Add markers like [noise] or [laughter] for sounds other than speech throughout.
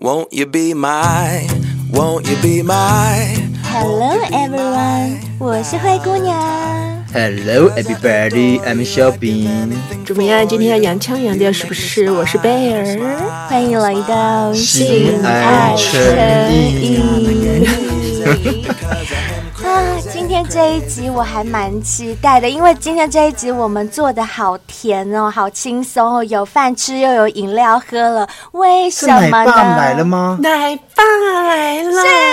Won't you be my? Won't you be my? Hello everyone，我是灰姑娘。 Hello, everybody. I'm Xiaobin. 怎么样？今天洋腔洋调是不是？我是贝尔。欢迎来到性爱成瘾。啊，今天这一集我还蛮期待的，因为今天这一集我们做的好甜哦，好轻松哦，有饭吃又有饮料喝了，为什是奶么爸来了呢？吗？奶爸来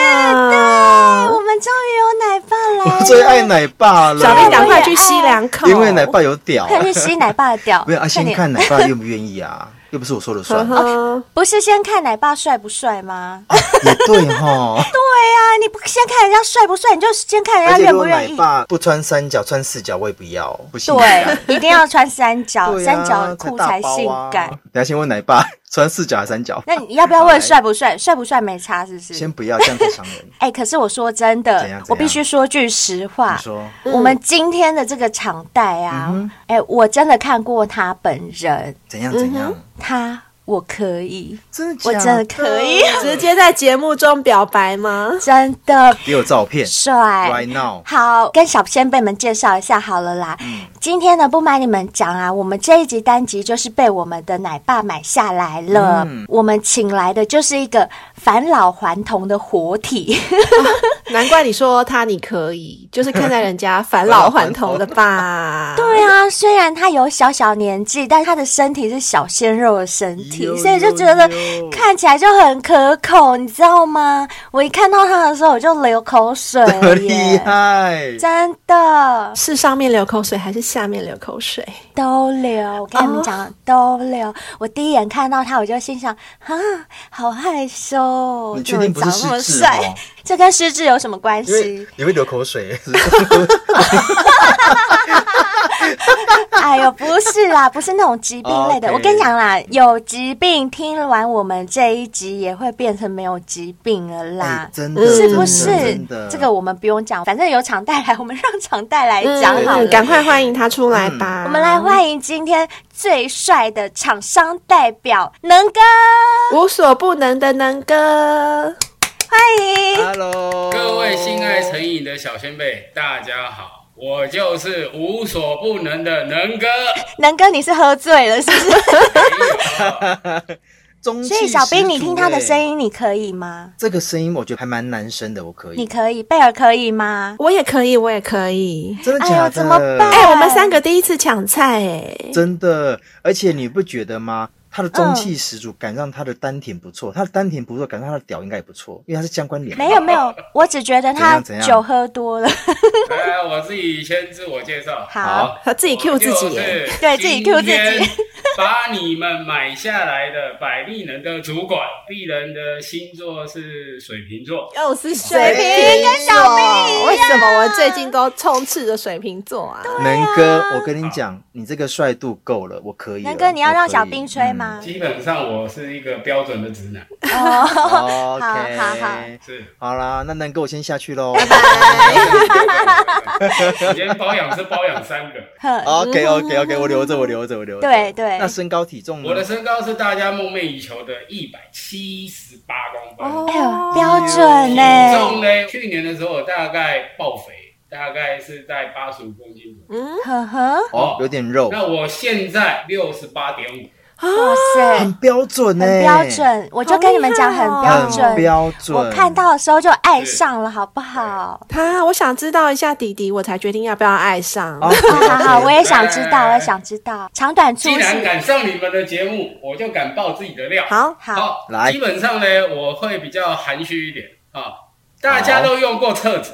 啊，了，我们终于有奶爸来 [laughs] 我了，最爱奶爸了，小丽赶快去吸两 [laughs] 口，因为奶爸有屌。啊快去吸奶爸的屌， [laughs] 没有啊，快先点看奶爸愿不愿意啊，又不是我说了算。啊呵。不是先看奶爸帅不帅吗？也对 [laughs] 哈，对呀、你不先看人家帅不帅，你就先看人而家且愿如不果奶愿意。爸不穿三角，穿四角我也不要，不行。 [laughs] 对，一定要穿三角，啊对三啊角裤大才包啊性感。 [laughs] 等下先问奶爸穿四角还是三角？那你要不要问帅不帅？帅不帅没差，是不是先？不要这样太 [laughs] 伤人。哎、可是我说真怎样的怎，我必样须说句实话你。说嗯我们今天的这个场带啊，哎、我真的看过他本人，怎样怎样？他我可以，真的嗯我假真的可 [laughs] 以， [laughs] 直接在节目中表白吗？真的给我 [laughs] 照片帅。 ，right now。好，跟小先辈们介绍一下好了啦。今天呢，不瞒你们讲啊，我们这一集单集就是被我们的奶爸买下来了。我们请来的就是一个返老还童的活体，难怪你说他你可以，就是看在人家返 [laughs] 老还童的吧？对啊，虽然他有小小年纪，但他的身体是小鲜肉的身体，呦所以就觉得呦呦看起来就很可口，你知道吗？我一看到他的时候，我就流口水了 [laughs] 厉耶，害！真的。是上面流口水还是下面流口水？都流，我跟你们讲，都流。我第一眼看到他，我就心想，啊，好害羞哦，你确定怎么不是长那么失智帅哦？这跟失智有什么关因为系？你会流口水， [laughs] 哎呦，不是啦，不是那种疾病类的。 [laughs] 哦我，OK 跟你讲啦，有疾病听完我们这一集也会变成没有疾病了啦哎。真的是真不的是真的？这个我们不用讲，反正有场带来，我们让场带来嗯讲好了。赶快欢迎他出来吧！我们来欢迎今天最帅的厂商代表能哥，无所不能的能哥，欢迎。 Hello，各位性爱成瘾的小先辈，大家好，我就是无所不能的能哥。南哥，你是喝醉了是不是？中 [laughs] 气所以小兵，你十足听他的欸声，音，你可以吗？这个声音我觉得还蛮男生的，我可你以。可以，贝尔可以吗？我也可以，我也可以。真的哎假呦的？怎么办哎、我们三个第一次抢菜、哎，真的，而且你不觉得吗？他的中气十足，赶上他的丹田不错，他的丹田不错，赶上他的屌应该也不错，因为他是相关联。没有没有，我只觉得他怎样怎样酒喝多了。来来，我自己先自我介绍。好，他自己 Q 自哦己、哎，对自己 cue 自己。把你们买下来的百利人的主管，利人的星座是水 [laughs] 瓶座。又是水瓶跟小兵为什么我最近都充斥着水瓶座啊？能哥，我跟你讲，你这个帅度够了，我可以了。南哥，你要让我可以小兵吹？吗？基本上我是一个标准的直男，哦，嗯 [laughs] OK，好好是。 [laughs] 好啦，那能哥我先下去喽。我今天包养是包养三个， [laughs] 呵 OK OK OK，我留着，我留着，我留着。对对那身高体重呢？我的身高是大家梦寐以求的一百七十八公分。哎呦，标准呢、体重呢？去年的时候我大概爆肥，大概是在八十五公斤左右。呵呵，哦，有点肉，那我现在六十八点五，哇塞很，标准欸呢、很标，准。我就跟你们讲，很标很准。标准。我看到的时候就爱上了，好不好？他，我想知道一下弟弟，我才决定要不要爱上。哦，好好好，我也想知道，哎我也想知道，长短粗既然细。敢上你们的节目，我就敢爆自己的料。好，好，来基本上呢，我会比较含蓄一点啊。大家都用过厕纸，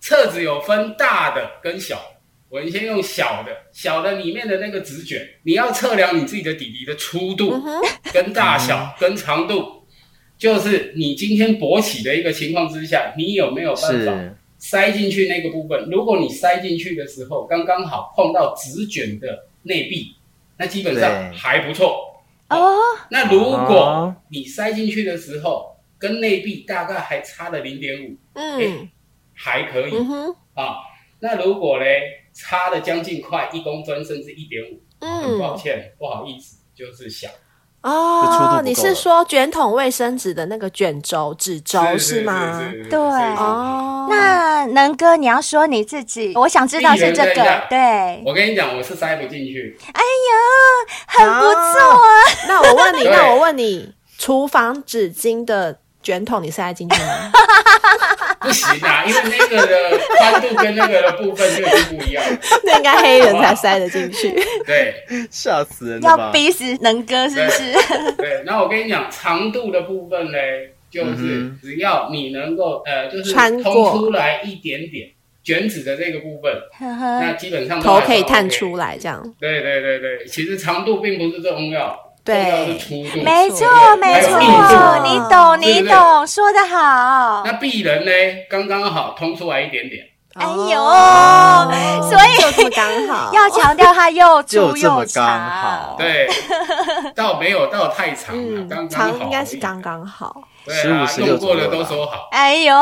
厕纸有分大的跟小的。我们先用小的，小的里面的那个纸卷，你要测量你自己的底底的粗度、跟大嗯小、跟长度，就是你今天勃起的一个情况之下，你有没有办法是塞进去那个部分。如果你塞进去的时候刚刚好碰到纸卷的内壁，那基本上对还不错。哦，那如果哦你塞进去的时候跟内壁大概还差了零点五，哎嗯还可以、嗯哼，啊。那如果嘞差了将近快一公分甚至一点五，很抱嗯，歉，不好意思，就是小。就粗度不够哦了，你是说卷筒卫生纸的那个卷轴纸轴吗？是是是对是哦，那能哥，你要说你自己，我想知道是这一人跟一个样，对，我跟你讲，我是塞不进去。哎呦，很不错啊。那我问你，对那我问你，厨房纸巾的卷筒你塞得进去吗？不行啊，因为那个的宽度跟那个的部分就已经不一样了。 [laughs] 那应该黑人才塞得进去。对吓死人了要吧？逼死能哥是不是？ [laughs] 对，那我跟你讲，长度的部分呢，就是嗯只要你能够呃，就是穿通过出来一点点卷纸的这个部分，呵那 [laughs] 呵，基本上 [laughs] 都嗯头还可以探 OK 出来，这样对对对对，其实长度并不是重要，对重要是粗度。没错没错有还，你印度懂对你不对懂，说得好。那鄙人呢，刚刚好通出来一点点。哎呦哦所以就这么刚好要强调它又粗就这又么刚长好，对， [laughs] 倒没有到太长了，刚哦嗯，刚长好，应该是。刚刚好。对啊， 15用过左的右都吧说好。哎呦，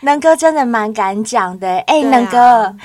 能哥真的蛮敢讲的。哎、对啊能哥，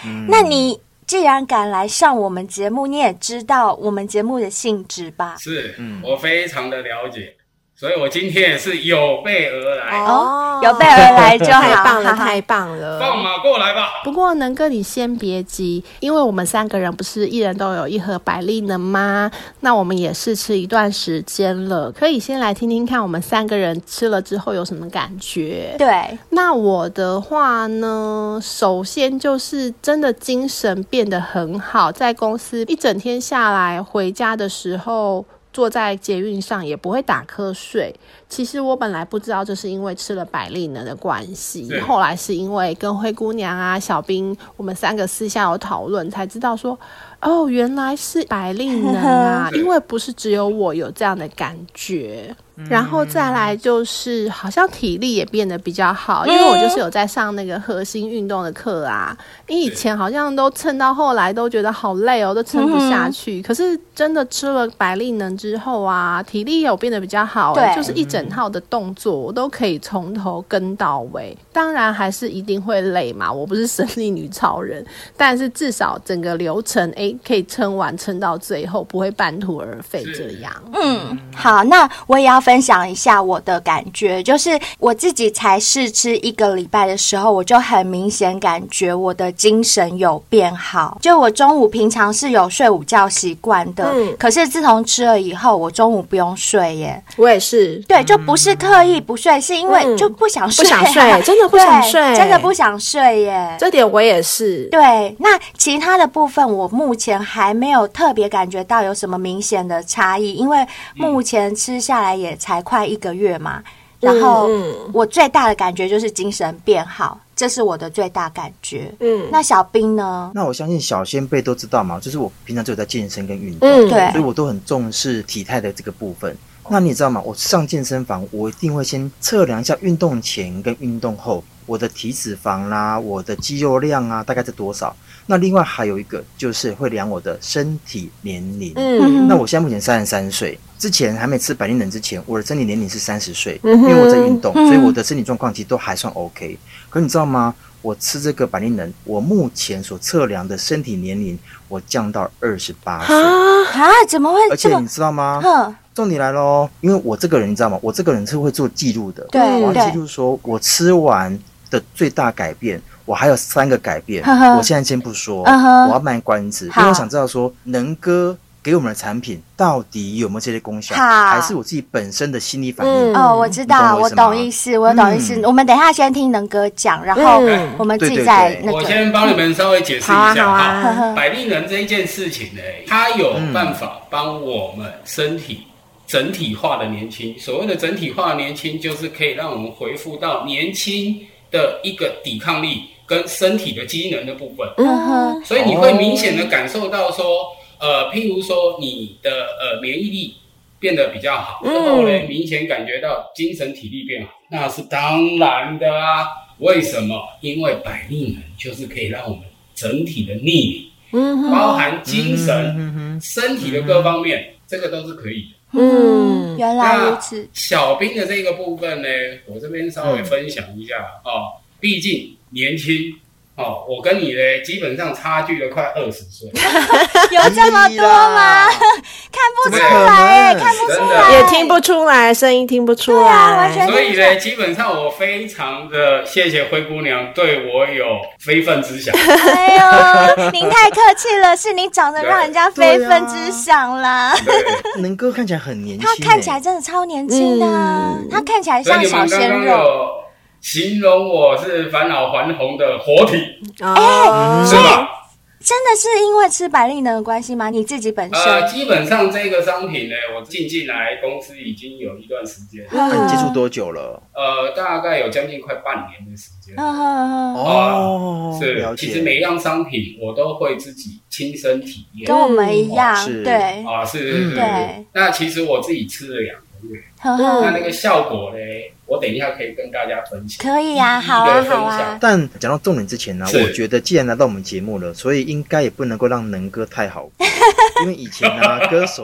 嗯那你既然敢来上我们节目，你也知道我们节目的性质吧？是，嗯我非常的了解，所以我今天也是有备而来，哦，有备而来就好， [laughs] 太棒了，好好太棒了！放马过来吧。不过能哥，你先别急，因为我们三个人不是一人都有一盒百利能吗？那我们也试吃一段时间了，可以先来听听看我们三个人吃了之后有什么感觉。对，那我的话呢，首先就是真的精神变得很好，在公司一整天下来，回家的时候坐在捷运上也不会打瞌睡。其实我本来不知道，这是因为吃了百利能的关系对，，后来是因为跟灰姑娘啊、小冰我们三个私下有讨论，才知道说，哦，原来是百利能啊因为不是只有我有这样的感觉。然后再来就是，好像体力也变得比较好，因为我就是有在上那个核心运动的课啊。因为以前好像都撑到后来都觉得好累哦，都撑不下去。可是真的吃了百利能之后啊，体力有变得比较好、欸对就是一整套的动作我都可以从头跟到尾。当然还是一定会累嘛，我不是神力女超人，但是至少整个流程诶可以撑完撑到最后，不会半途而废是这样。嗯，好，那我也要分享一下我的感觉，就是我自己才试吃一个礼拜的时候，我就很明显感觉我的精神有变好。就我中午平常是有睡午觉习惯的，嗯可是自从吃了以后，我中午不用睡耶。我也是，对，就不是刻意不睡，是因为嗯就不想不睡、想睡，，真的不 [laughs] 对，想睡，真的不。想睡耶。这点我也是，对，那其他的部分我目前还没有特别感觉到有什么明显的差异，因为目前吃下来也才快一个月嘛。然后嗯我最大的感觉就是精神变好，这是我的最大感觉。嗯，那小兵呢？那我相信小先辈都知道嘛，就是我平常就有在健身跟运动，嗯对所以我都很重视体态的这个部分。那你也知道吗？我上健身房，我一定会先测量一下运动前跟运动后我的体脂肪啦、我的肌肉量啊，大概是多少。那另外还有一个就是会量我的身体年龄。 [laughs] 嗯那我现在目前三十三岁，之前还没吃百灵人之前，我的身体年龄是三十岁，嗯因哼为我在运动，嗯所以我的身体状况其实都还算 OK。可你知道吗？我吃这个百灵人，我目前所测量的身体年龄，我降到二十八岁。啊，啊，怎么嗯会而这且么你？知道吗？哼，重点来喽，因为我这个人你知道吗？我这个人是会做记录的。对我要嗯对记录说我吃完的最大改变，我还有三个改变呵呵，我现在先不说，嗯哼我要卖关子，好因为我想知道说能哥给我们的产品到底有没有这些功效，好还是我自己本身的心理反应。嗯哦，我知道，你懂我我意思吗懂意思，我懂意思。嗯我们等一下先听能哥讲，然后嗯我们自己对对再对那我个。先帮你们稍微解释好一啊下好哈。呵啊，呵，百利能这一件事情呢，它有办法帮我们身体整体化的年轻。所谓的整体化的年轻，就是可以让我们恢复到年轻的一个抵抗力跟身体的机能的部分。嗯哼，所以你会明显的感受到说，呃，譬如说你的呃免疫力变得比较好，嗯然后呢，明显感觉到精神体力变好，那是当然的啊。为什么？因为百利能就是可以让我们整体的逆嗯龄，哼包含精神、嗯哼身体的各方面，这个都是可以的。嗯，嗯原来如 [laughs] 此。小兵的这个部分呢，我这边稍微分享一下哦，毕竟年轻哦，我跟你呢基本上差距了快二十岁。有这么多吗？咦啦看不怎么出可来，能看不出真来，的也听不出来，声音听不出来，对啊完全 [laughs] 所以呢，基本上我非常的谢谢灰姑娘对我有非分之 [laughs] 想。哎呦，您太客气了，是你长得让人家非分之想啦。对，能哥看起来很年轻、他欸，看起来真的超年轻的啊、嗯他看起来所以像你小们鲜肉。刚刚有形容我是返老还童的活体，嗯哦，是吧？真的是因为吃百利能的关系吗？你自己本身、呃，基本上这个商品呢，我进进来公司已经有一段时间，那你嗯接触多久了？呃，大概有将近快半年的时间。嗯哼哼哦，啊是了，解。其实每一样商品我都会自己亲身体验跟我们一样，嗯是对，啊，是是是。对那其实我自己吃了两个月，哼那嗯哼，那个效果呢，我等一下可以跟大家分享。可以啊，好啊，一一地好分享啊，但讲到重点之前呢、是我觉得既然来到我们节目了，所以应该也不能够让能哥太好过，因为以前呢、歌手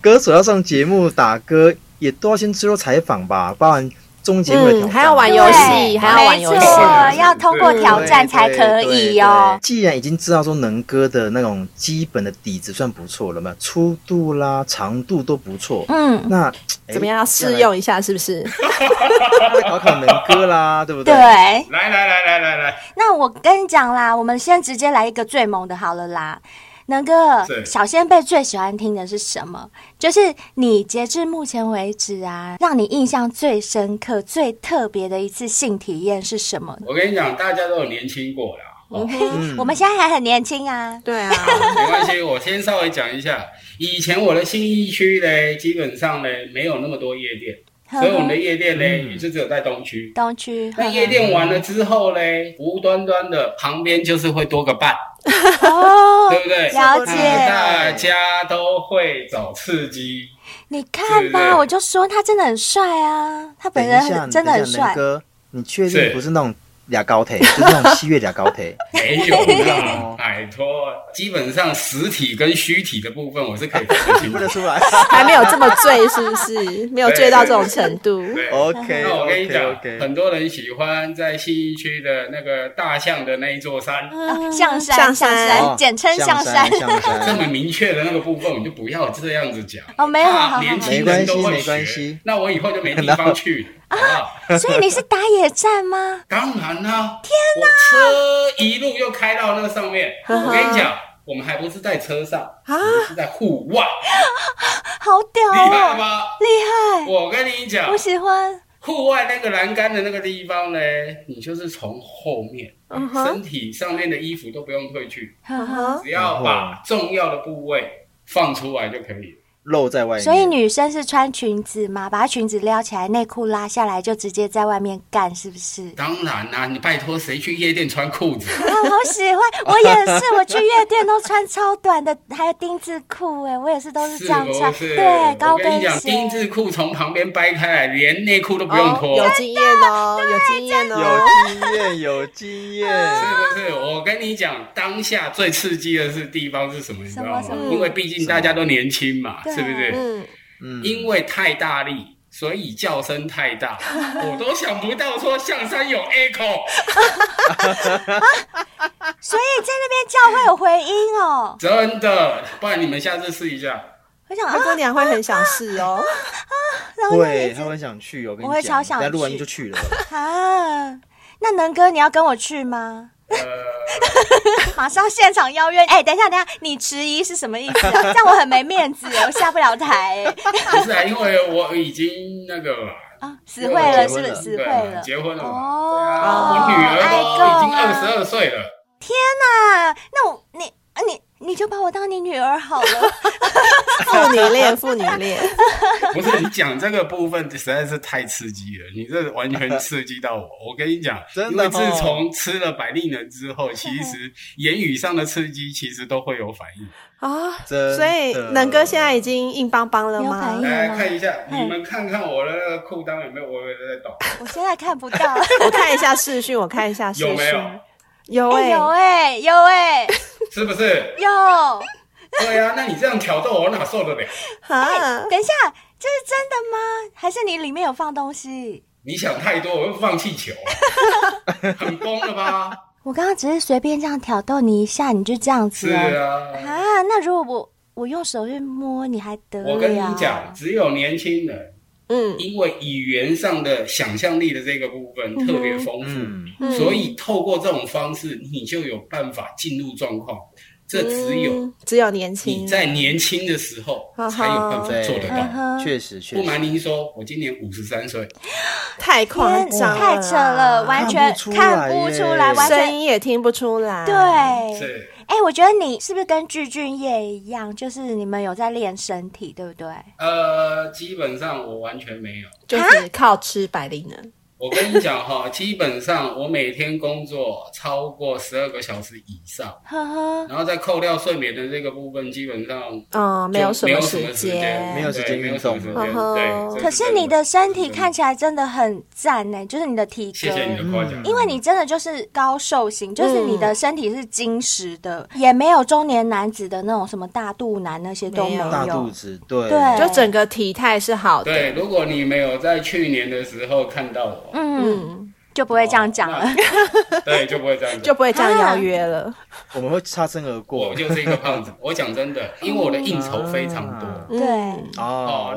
歌手要上节目打歌，也都要先接受采访吧，包含综艺节目的挑战、嗯还要玩对游戏还要玩游戏没错，对要通过挑战才可以哦对对对对。既然已经知道说能哥的那种基本的底子算不错了嘛，粗度啦、长度都不错，嗯，那哎怎么样？试？用一下是不是？ [laughs] 要来考考能哥啦，对不对对？。来来来来来来，那我跟你讲啦，我们先直接来一个最萌的好了啦。能哥，是小仙贝最喜欢听的是什么？就是你截至目前为止啊，让你印象最深刻、最特别的一次性体验是什么？我跟你讲，大家都有年轻过啦。哦，嗯我们现在还很年轻啊，对啊，没关系，我先稍微讲一下。以前我的信义区呢，基本上呢没有那么多夜店，呵所以我们的呵，夜店呢嗯也就只有在东区。东区，呵那呵夜店完了之后呢，无端端的旁边就是会多个伴，哦， [laughs] 对不对？了那解。大家都会找刺激，你看对对吧，我就说他真的很帅啊，他本等一人下，很真的很等一下能帅。哥，你确是定不是那种俩高 [laughs] 铁，就是那种西月俩高铁？没有 [laughs] 啦，拜托，基本上实体跟虚体的部分我是可以分得清不 [laughs] 的能。出来。 [laughs] 还没有这么醉，是不是？没有醉到这种程度。对 OK，那我跟你讲 OK，OK 很多人喜欢在信义区的那个大象的那一座山，啊象山，象象山哦山，简称象山山，。哦象这山，么明确的那个部分，我就不要这样子讲。哦没有怕好好年好轻人都会没关系没学关系，那我以后就没地方去了，好不好？所以你是打野战吗？当然啦、天哪！我车一路又开到那上面，呵呵我跟你讲，我们还不是在车上，我们是在户外，好屌厉害哦，吗？厉害！我跟你讲我，喜欢，户外那个栏杆的那个地方呢，你就是从后面，嗯哼身体上面的衣服 [laughs] 都不用褪去，呵呵啊只要把重要的部位放出来就可以了。？露在外面。所以女生是穿裙子嘛，把裙子撩起来，内裤拉下来，就直接在外面干，是不是 [laughs] 当然啦、你拜托谁去夜店穿裤子？啊，好喜欢！我也是，我去夜店都穿超短的，还有丁字裤，哎，我也是都是这是样穿，不是？对，高我跟跟你讲，鞋。丁字裤从旁边掰开来，连内裤都不用脱。有经验哦，有经验有哦。经验，有经 [laughs] 验。是不是？我跟你讲，当下最刺激的是地方是什么？你知道吗什么什？么因为毕竟大家都年轻嘛，对啊是不是？嗯，嗯，因为太大力，所以叫声太 [laughs] 大，我都想不到说象山有 echo，所以在那边叫会有回音哦。真的。不然你们下次试一下。我想灰啊，姑娘会很想试 [laughs] 哦。然后会，他会很想去。我跟你我会超讲，想等下录完去音就去 [laughs] 了。啊，那能哥你要跟我去吗？呃， [laughs] 马上现场邀约！哎、等一下，等一下，你迟疑是什么意思、啊？这样我很没面子，我下不了台、哎不是啊，因为我已经那个了，啊，死会了，是结婚不是了死对会了？结婚了嘛。哦对啊，我女儿爱都已经够二啊！十二岁了。那那我你啊你你就把我当你女儿好了。 [laughs] 妇女恋，妇女恋，不是你讲这个部分实在是太刺激了，你这完全刺激到我。 [laughs] 我跟你讲，真因的为哦自从吃了百利能之后，其 [laughs] 实言语上的刺激其实都会有反应。啊！真的所以能哥现在已经硬邦邦了吗有反？应来嗯看一下，嗯你们看看我的那个裤裆有没有微微的在抖，我现在看不 [laughs] 到。我看一下视讯，我看一下视有讯没，有有？哎、哎，有哎、有哎、是不是？有。对啊，那你这样挑逗我哪受得了？啊，等一下，这是真的吗？还是你里面有放东西？你想太多，我又不放气球，啊 [laughs] 很疯了吧？我刚刚只是随便这样挑逗你一下，你就这样是子哦。啊，啊，那如果我我用手去摸，你还得了？我跟你讲，只有年轻人，嗯，因为语言上的想象力的这个部分特别丰富，嗯，嗯所以透过这种方式，你就有办法进入状况。这只有嗯只有年轻你在年轻的时候哈哈才有办法 [laughs] 做得嗯到。哼确实确不实瞒，您说，我今年五十三岁，太夸天张，啊太扯了，完全看看不不出出来，来耶完声全音也听不出来。对。，哎、是我觉得你是不是跟具俊晔一样，就是你们有在练身体，对不对？呃，基本上我完全没有。啊就是靠吃百灵能。我跟你 [laughs] 讲哈，基本上我每天工作超过十二个小时以上，呵呵，然后再扣掉睡眠的这个部分，基本上嗯，没有什没么有什么时间，间，没有时间对没有运什么动时呵间，呵对。可这是真你的身体嗯看起来真的很赞呢、就是你的体格。谢谢你的夸奖，嗯嗯因为你真的就是高瘦型，就是你嗯的身体是精实的，也没有中年男子的那种什么大肚腩那些都没没有有。大肚子，对对就整个体态是好的。对，如果你没有在去年的时候看 [laughs] 到我，嗯，嗯，就不会这样讲了。那，对，就不会这样讲，就不会这样邀约了。啊我们会擦身而我过。就是一个胖子。我讲真的，因为我的应酬非常多嗯对，哦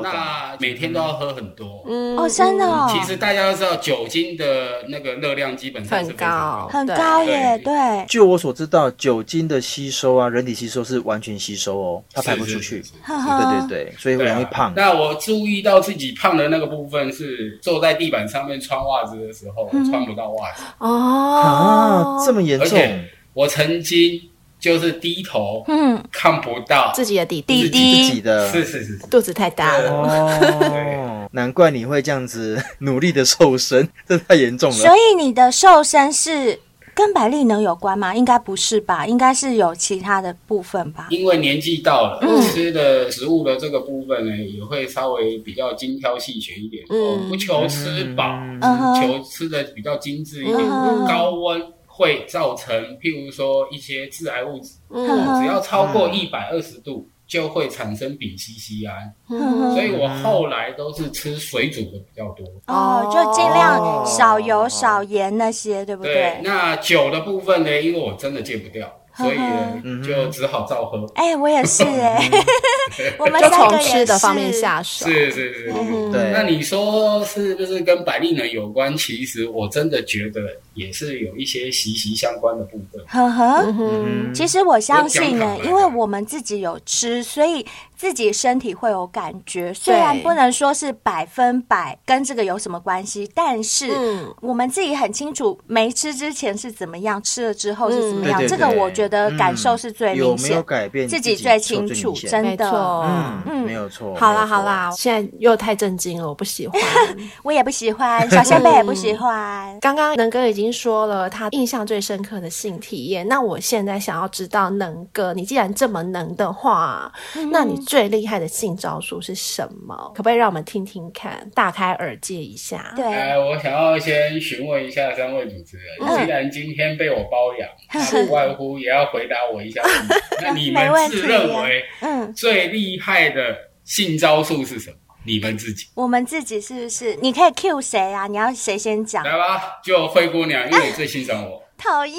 哦，，那每天都要喝很多。嗯哦，真的、哦，其实大家都知道，酒精的那个热量基本上是很非常高高，，很对高耶，对对，据我所知道，酒精的吸收啊，人体吸收是完全吸收哦，它排不出去。呵对呵，对对，所以会对容易啊胖。那我注意到自己胖的那个部分是坐在地板上面穿袜子的时候，嗯穿不到袜子。哦哦啊，，这么严而重？且我曾经就是低头嗯，看不到，呃自己的底弟底自己弟，的是是是是，肚子太大了。 [laughs] 哦，难怪你会这样子 [laughs] 努力的瘦身， [laughs] 这太严重所了。以你的瘦身是跟百利能有关吗？应该不是吧，应该是有其他的部分吧。因为年纪到了，嗯吃的食物的这个部分呢，也会稍微比较精挑细选一点，嗯我不求吃饱，嗯哼，求吃的比较精致一点。嗯高温会造成，譬如说一些致癌物质，嗯只要超过一百二十度。就会产生丙烯酰胺，嗯所以我后来都是吃水煮的比较多。哦，就尽量哦少油少盐那些，对不对对，？那酒的部分呢，因为我真的戒不 [laughs] 掉，所以呢嗯哼就只好照喝。哎、我也是哎、 [laughs] 我们就三个从也吃的方面是下手。是是是。嗯对那你说是不是跟百利能有关？其实我真的觉得也是有一些息息相关的部分。呵呵。嗯哼，嗯其实我相信呢我讲坦，白因为我们自己有吃，所以自己身体会有感觉。虽然不能说是百分百跟这个有什么关系，但是嗯，我们自己很清楚，没吃之前是怎么样，吃了之后是怎么样。嗯对对这个对我觉得感受是最有明没显，有改变？自己最瘦清楚，明显真没的，错。嗯，嗯没有错。好没啦有错好，啦，现在又太震惊了，我不 [laughs] 喜欢。 [laughs] 我也不喜欢，小仙贝也不喜欢。刚刚能哥已经说了他印象最深刻的性体验，那我现在想要知道能哥，你既然这么能的话，嗯那你最厉害的性招数是什么？可不可以让我们听听看，大开耳界一下？对，哎，我想要先询问一下三位主持人，嗯既然今天被我包 [laughs] 养，那是不外乎也要回答我一下 [laughs] 问题。那你没问们题自认为嗯，最厉害的性招数是什么？你们自己我们自己是不是？你可以 Q 谁啊？你要谁先讲？来吧，就灰姑娘，因为你最欣赏我。讨厌，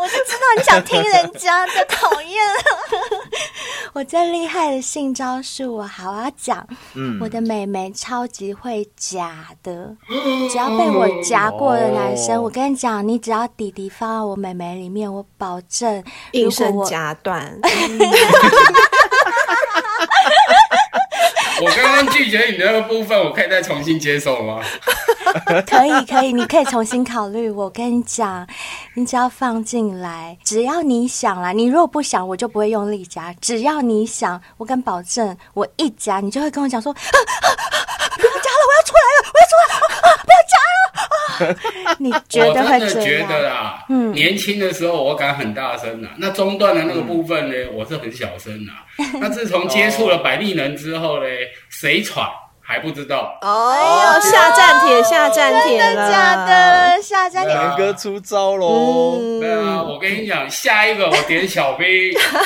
我就知道你想听人家的，讨 [laughs] 厌。我最厉害的性招数，我好好讲。嗯，我的美眉超级会夹 [gasps] 的，只要被我夹过的男生，哦我跟你讲，你只要弟弟放到我美眉里面，我保证，应如果声我夹 [laughs] 断， [laughs] 我刚刚拒绝你的那个部分，我可以再重新接受吗？可以可以，你可以重新考虑。我跟你讲，你只要放进来，只要你想啦，你如果不想，我就不会用力夹。只要你想，我敢保证，我一夹，你就会跟我讲说，啊 [laughs] 啊啊不要夹了，我要出来了，我要出来了，啊啊不要夹了啊！你绝我对真的会觉这样。得啦，嗯年轻的时候我敢很大声啦，那中段的那个部分呢，我是很小声啦。那自从接触了百利能之后呢，谁喘还不知道。哦，下站帖，下站帖真了，的假？的？下站你对啊南哥出招喽！对啊，嗯，我跟你讲，下一个我点小兵，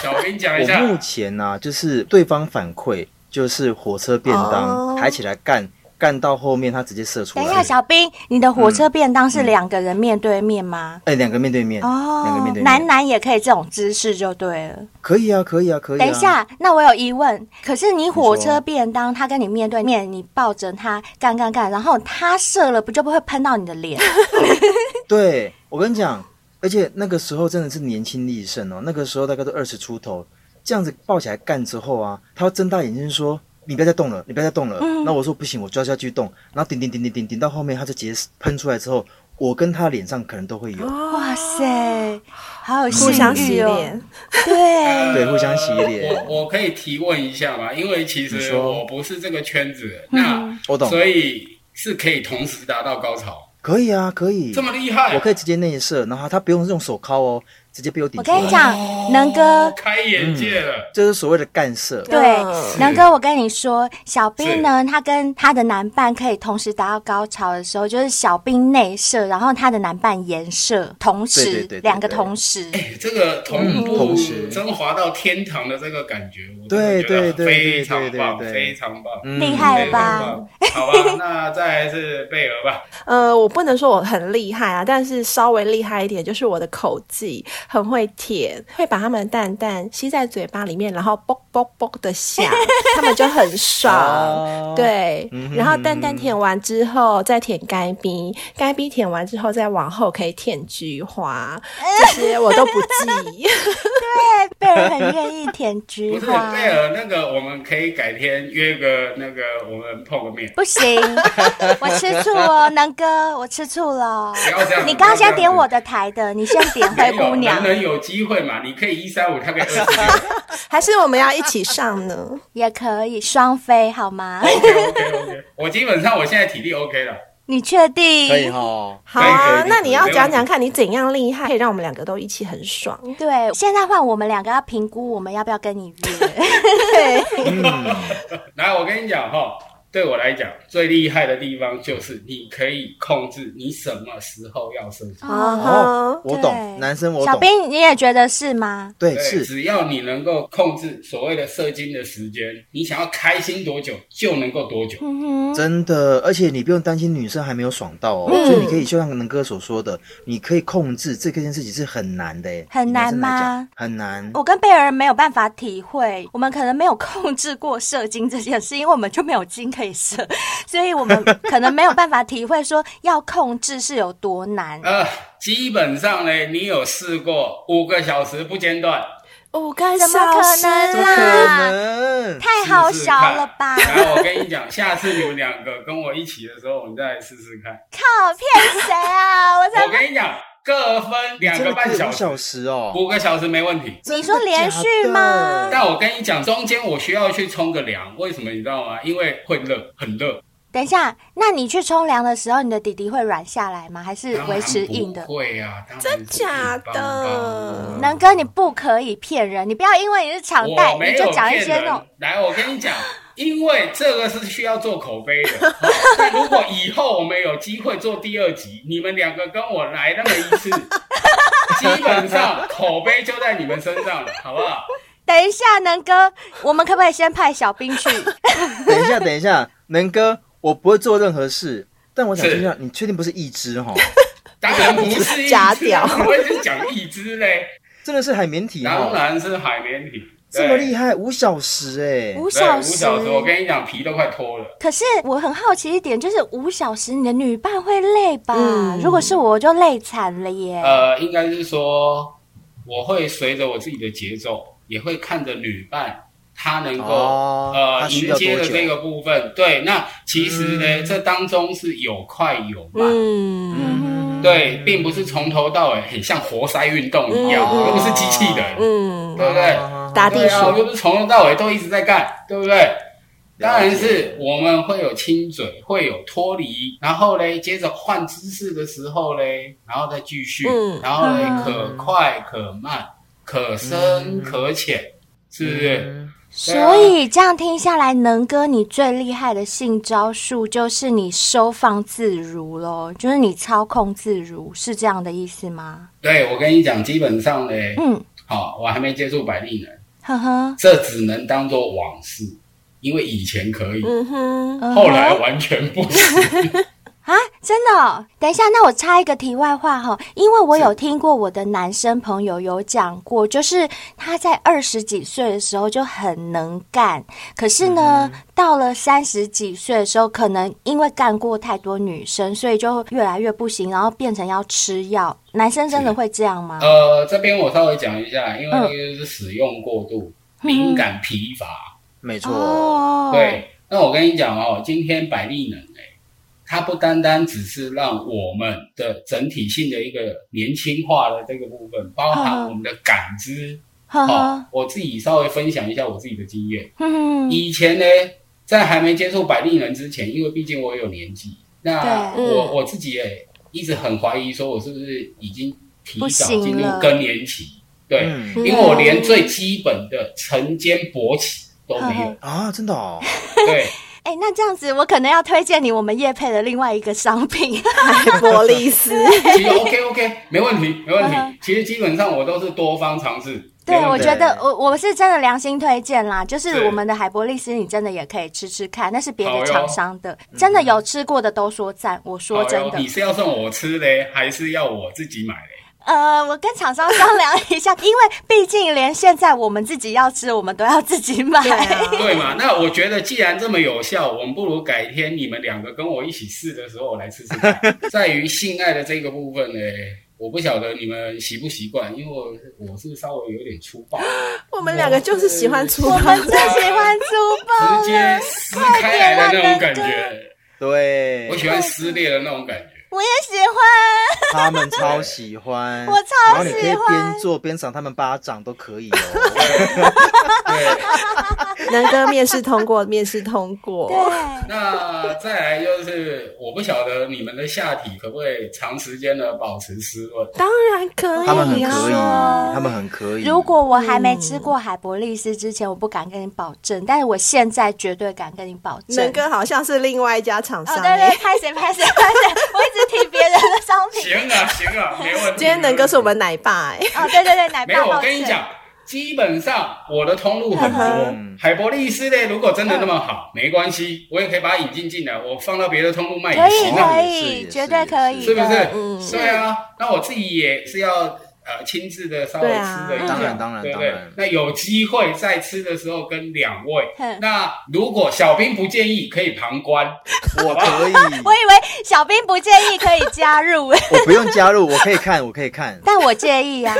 小兵讲一我下。目前呢、啊，就是对方反馈就是火车便当哦抬起来干，干到后面他直接射出等来一。下，小兵，你的火车便当是两个人面对面吗？哎，两个面对面，哦两个面对面，男男也可以这种姿势就对了。可以啊，可以啊，可以、啊。等一，下，那我有疑问。可是你火车便当，他跟你面对面，你抱着他干干干，然后他射了，不就不会喷到你的脸？对我跟你讲，而且那个时候真的是年轻力盛哦，那个时候大概都二十出头，这样子抱起来干之后啊，他会睁大眼睛说：“你不要再动了，你不要再动了。嗯然后我说：“不行，我就要下去动。”然后顶顶顶顶顶顶到后面，他就直接喷出来之后，我跟他脸上可能都会有，哇塞，哦好有性互相洗欲哦！脸，对，对，互相洗脸。呃我我可以提问一下吗？因为其你实说我不是这个圈子的，那我懂所以是可以同时达到高潮，可以啊，可以。这么厉害啊、我可以直接内射，然后他不用用手铐哦，直接被我顶我出跟你来。讲，啊能哥哦，开眼界了，这是所谓的干射。对嗯，南哥，我跟你说，小兵呢，他跟他的男伴可以同时达到高潮的时候，就是小兵内射，然后他的男伴颜射，同对时对对对两个同时。哎这个同嗯步同时升华到天堂的这个感觉，我真的对觉对得对非对常对棒，对对非常棒。嗯厉害了吧非 [laughs] 常棒？好吧，那再来是贝尔吧。呃，我不能说我很厉害啊，但是稍微厉害一点，就是我的口技很会舔，会把它们蛋蛋吸在嘴巴里面，然后啵啵啵的响，它们就很爽。哦对嗯，哼然后蛋蛋舔完之后再舔该逼，该逼舔完之后再往后可以舔菊花，这些我都不记。对，贝尔哎很愿意舔菊不是花。贝尔，那个我们可以改天约个那个我们碰个面。不行， [laughs] 我吃醋哦，南哥，我吃醋了。不要这样，你刚刚不要这先样点我的台的，你先点灰没有姑娘人，人有机会嘛？你可以一三五，他可以 [laughs] 二四六。还是我们要一起上呢？也可以双飞好 [laughs] 吗？ OK OK OK，我基本上我现在体力 OK 了。你确定？可以哈。好可以啊可，以那你要没问题讲讲看你怎样厉害，可以让我们两个都一起很爽。对，现在换我们两个要评估，我们要不要跟你 [laughs] 约？对，来，我跟你讲哈，对我来讲最厉害的地方就是你可以控制你什么时候要生气。啊哦哈，，我对懂，男生我小懂。兵，你也觉得是吗？对，对，是只要你能够控制所谓的射精的时间，你想要开心多久就能够多久。嗯哼，真的，而且你不用担心女生还没有爽到哦，所以你可以就像能哥所说的，你可以控制这件事情是很难的耶，很难以男生来讲吗？哦很难。我跟贝尔没有办法体会，我们可能没有控制过射精这件事，因为我们就没有精可以射，所以我们可能没有办法体会说要控制是有多 [laughs] 难。呃，基本上呢，你有试过五个小时不间断，五个怎么小可时能不可啦？能，太哎好试试笑看了吧！然后我跟你讲，下次你们两个跟我一起的时候，我们再来试试看。 [laughs] 靠，骗谁啊？我才我跟你讲，各分两真个的半可以小五时小，时哦。五个小时没问题。你说连续吗真的假的？但我跟你讲，中间我需要去冲个凉，为什么你知道吗？因为会热，很热，等一下，那你去冲凉的时候，你的底底会软下来吗？还是当然维持硬的不？会啊，当然真是硬假邦邦的？南哥，你不可以骗人，你不要因为你是常带，我没你有就讲一骗些人那种。。来，我跟你讲，因为这个是需要做口碑的。 [laughs] 哦所以如果以后我们有机会做第二集，你们两个跟我来那么一 [laughs] 次，基本上口碑就在你们身上了，好不 [laughs] 好？等一下，南哥，我们可不可以先派小兵去？等一下，等一下，能哥，我不会做任何事，但我想是听一下，你确定不是哦一只 [laughs] 哈？当然不是假一只屌啊，我也是讲一只嘞，真的是海绵体当哈，然是海绵体。这么厉害，害，五小时哎，五对，小五时。小时，我跟你讲，皮都快脱了。可是我很好奇一点，就是五小时，你的女伴会累吧？嗯如果是我，我就累惨了耶。呃，应该是说，我会随着我自己的节奏，也会看着女伴她能够、哦呃她需迎要接多的久这个部分。对，那其实呢，嗯这当中是有快有慢。嗯嗯哼对，并不是从头到尾很像活塞运动一样，嗯又不是机器人，嗯，对不对？打地对啊，鼠又不是从头到尾都一直在干，对不对？当然是我们会有亲嘴，会有脱离，然后嘞，接着换姿势的时候嘞，然后再继续，嗯然后嘞，嗯可快可慢，可深可浅，是不是？嗯所以这样听下来，能哥，你最厉害的性招数就是你收放自如咯，就是你操控自如，是这样的意思吗？对，我跟你讲，基本上嘞，嗯，好、我还没接触百丽人，呵呵，这只能当做往事。因为以前可以，嗯哼，后来完全不行。啊，真的哦、等一下，那我插一个题外话哈、因为我有听过我的男生朋友有讲过，就是他在二十几岁的时候就很能干，可是呢，嗯到了三十几岁的时候，可能因为干过太多女生，所以就越来越不行，然后变成要吃药。男生真的是会这样吗？呃，这边我稍微讲一下，因为那嗯个是使用过度、敏感、疲乏。没错，哦，，对，那我跟你讲哦，今天百利能哎、它不单单只是让我们的整体性的一个年轻化的这个部分，包含嗯我们的感知。呵哦呵，，我自己稍微分享一下我自己的经验。嗯，以前呢，在还没接触百利人之前，因为毕竟我有年纪，那对我嗯我自己也一直很怀疑，说我是不是已经提不早行进入了更年期？对，嗯因为我连最基本的晨间勃起都没嗯有。啊，真的哦，对，哎、那这样子，我可能要推荐你我们叶配的另外一个商品，博利 [laughs] 斯，其实 OK OK，没 [laughs] 问题，没问题嗯。其实基本上我都是多方尝试。对，没我问题觉得我我是真的良心推荐啦，就是对我们的海博利斯，你真的也可以吃吃看，那是别好的哟嗯厂商的，真的有吃过的都说赞，我说好真哟的你，是要送我吃嘞，还是要我自己买嘞？呃，我跟厂商商量一 [laughs] 下，因为毕竟连现在我们自己要吃，我们都要自己买。对啊，对嘛？那我觉得既然这么有效，我们不如改天你们两个跟我一起试的时候我来试试看。 [laughs] 在于性爱的这个部分呢，我不晓得你们习不习惯，因为我我是稍微有点粗暴，啊我们两个就是喜欢粗我暴，们最喜欢粗暴直接了，撕开来的那种感觉，对我，喜欢撕裂的那种感觉。 [laughs] 我也喜欢。他们超喜 [laughs] 欢，我超然后你可以喜欢边做边赏他们巴掌都可以哦。 [laughs] 对，能哥面试通过，面试通过，对， [laughs] 那再来就是，我不晓得你们的下体可不可以长时间的保持湿润。当然可以、啊，他们很可以，啊他们很可以。如果我还嗯没吃过海博利斯之前，我不敢跟你保证，但是我现在绝对敢跟你保证能。哥好像是另外一家厂哦，商、对欸。对，拍谁拍谁拍谁，我一直提别人的商 [laughs] 品。行啊，行啊，没问题。 [laughs] 今天能哥是我们奶爸、欸，哦，对对对，奶没有，爸我抱跟你歉。讲，基本上我的通路很嗯多。海博利斯呢，如果真的那么好，没关系，我也可以把它引进进来，我放到别的通路卖可也以行可啊，也是也以，是绝对可以是不的。是？嗯对啊，那我自己也是要。呃，亲自的稍微对吃啊的一下，当然当然对不对当然？那有机会在吃的时候跟两位哼。那如果小兵不建议，可以 [laughs] 旁观。我可以， [laughs] 我以为小兵不介意可以加入，我不用加入，我可以看，我可以看 [laughs] 。但我介意啊。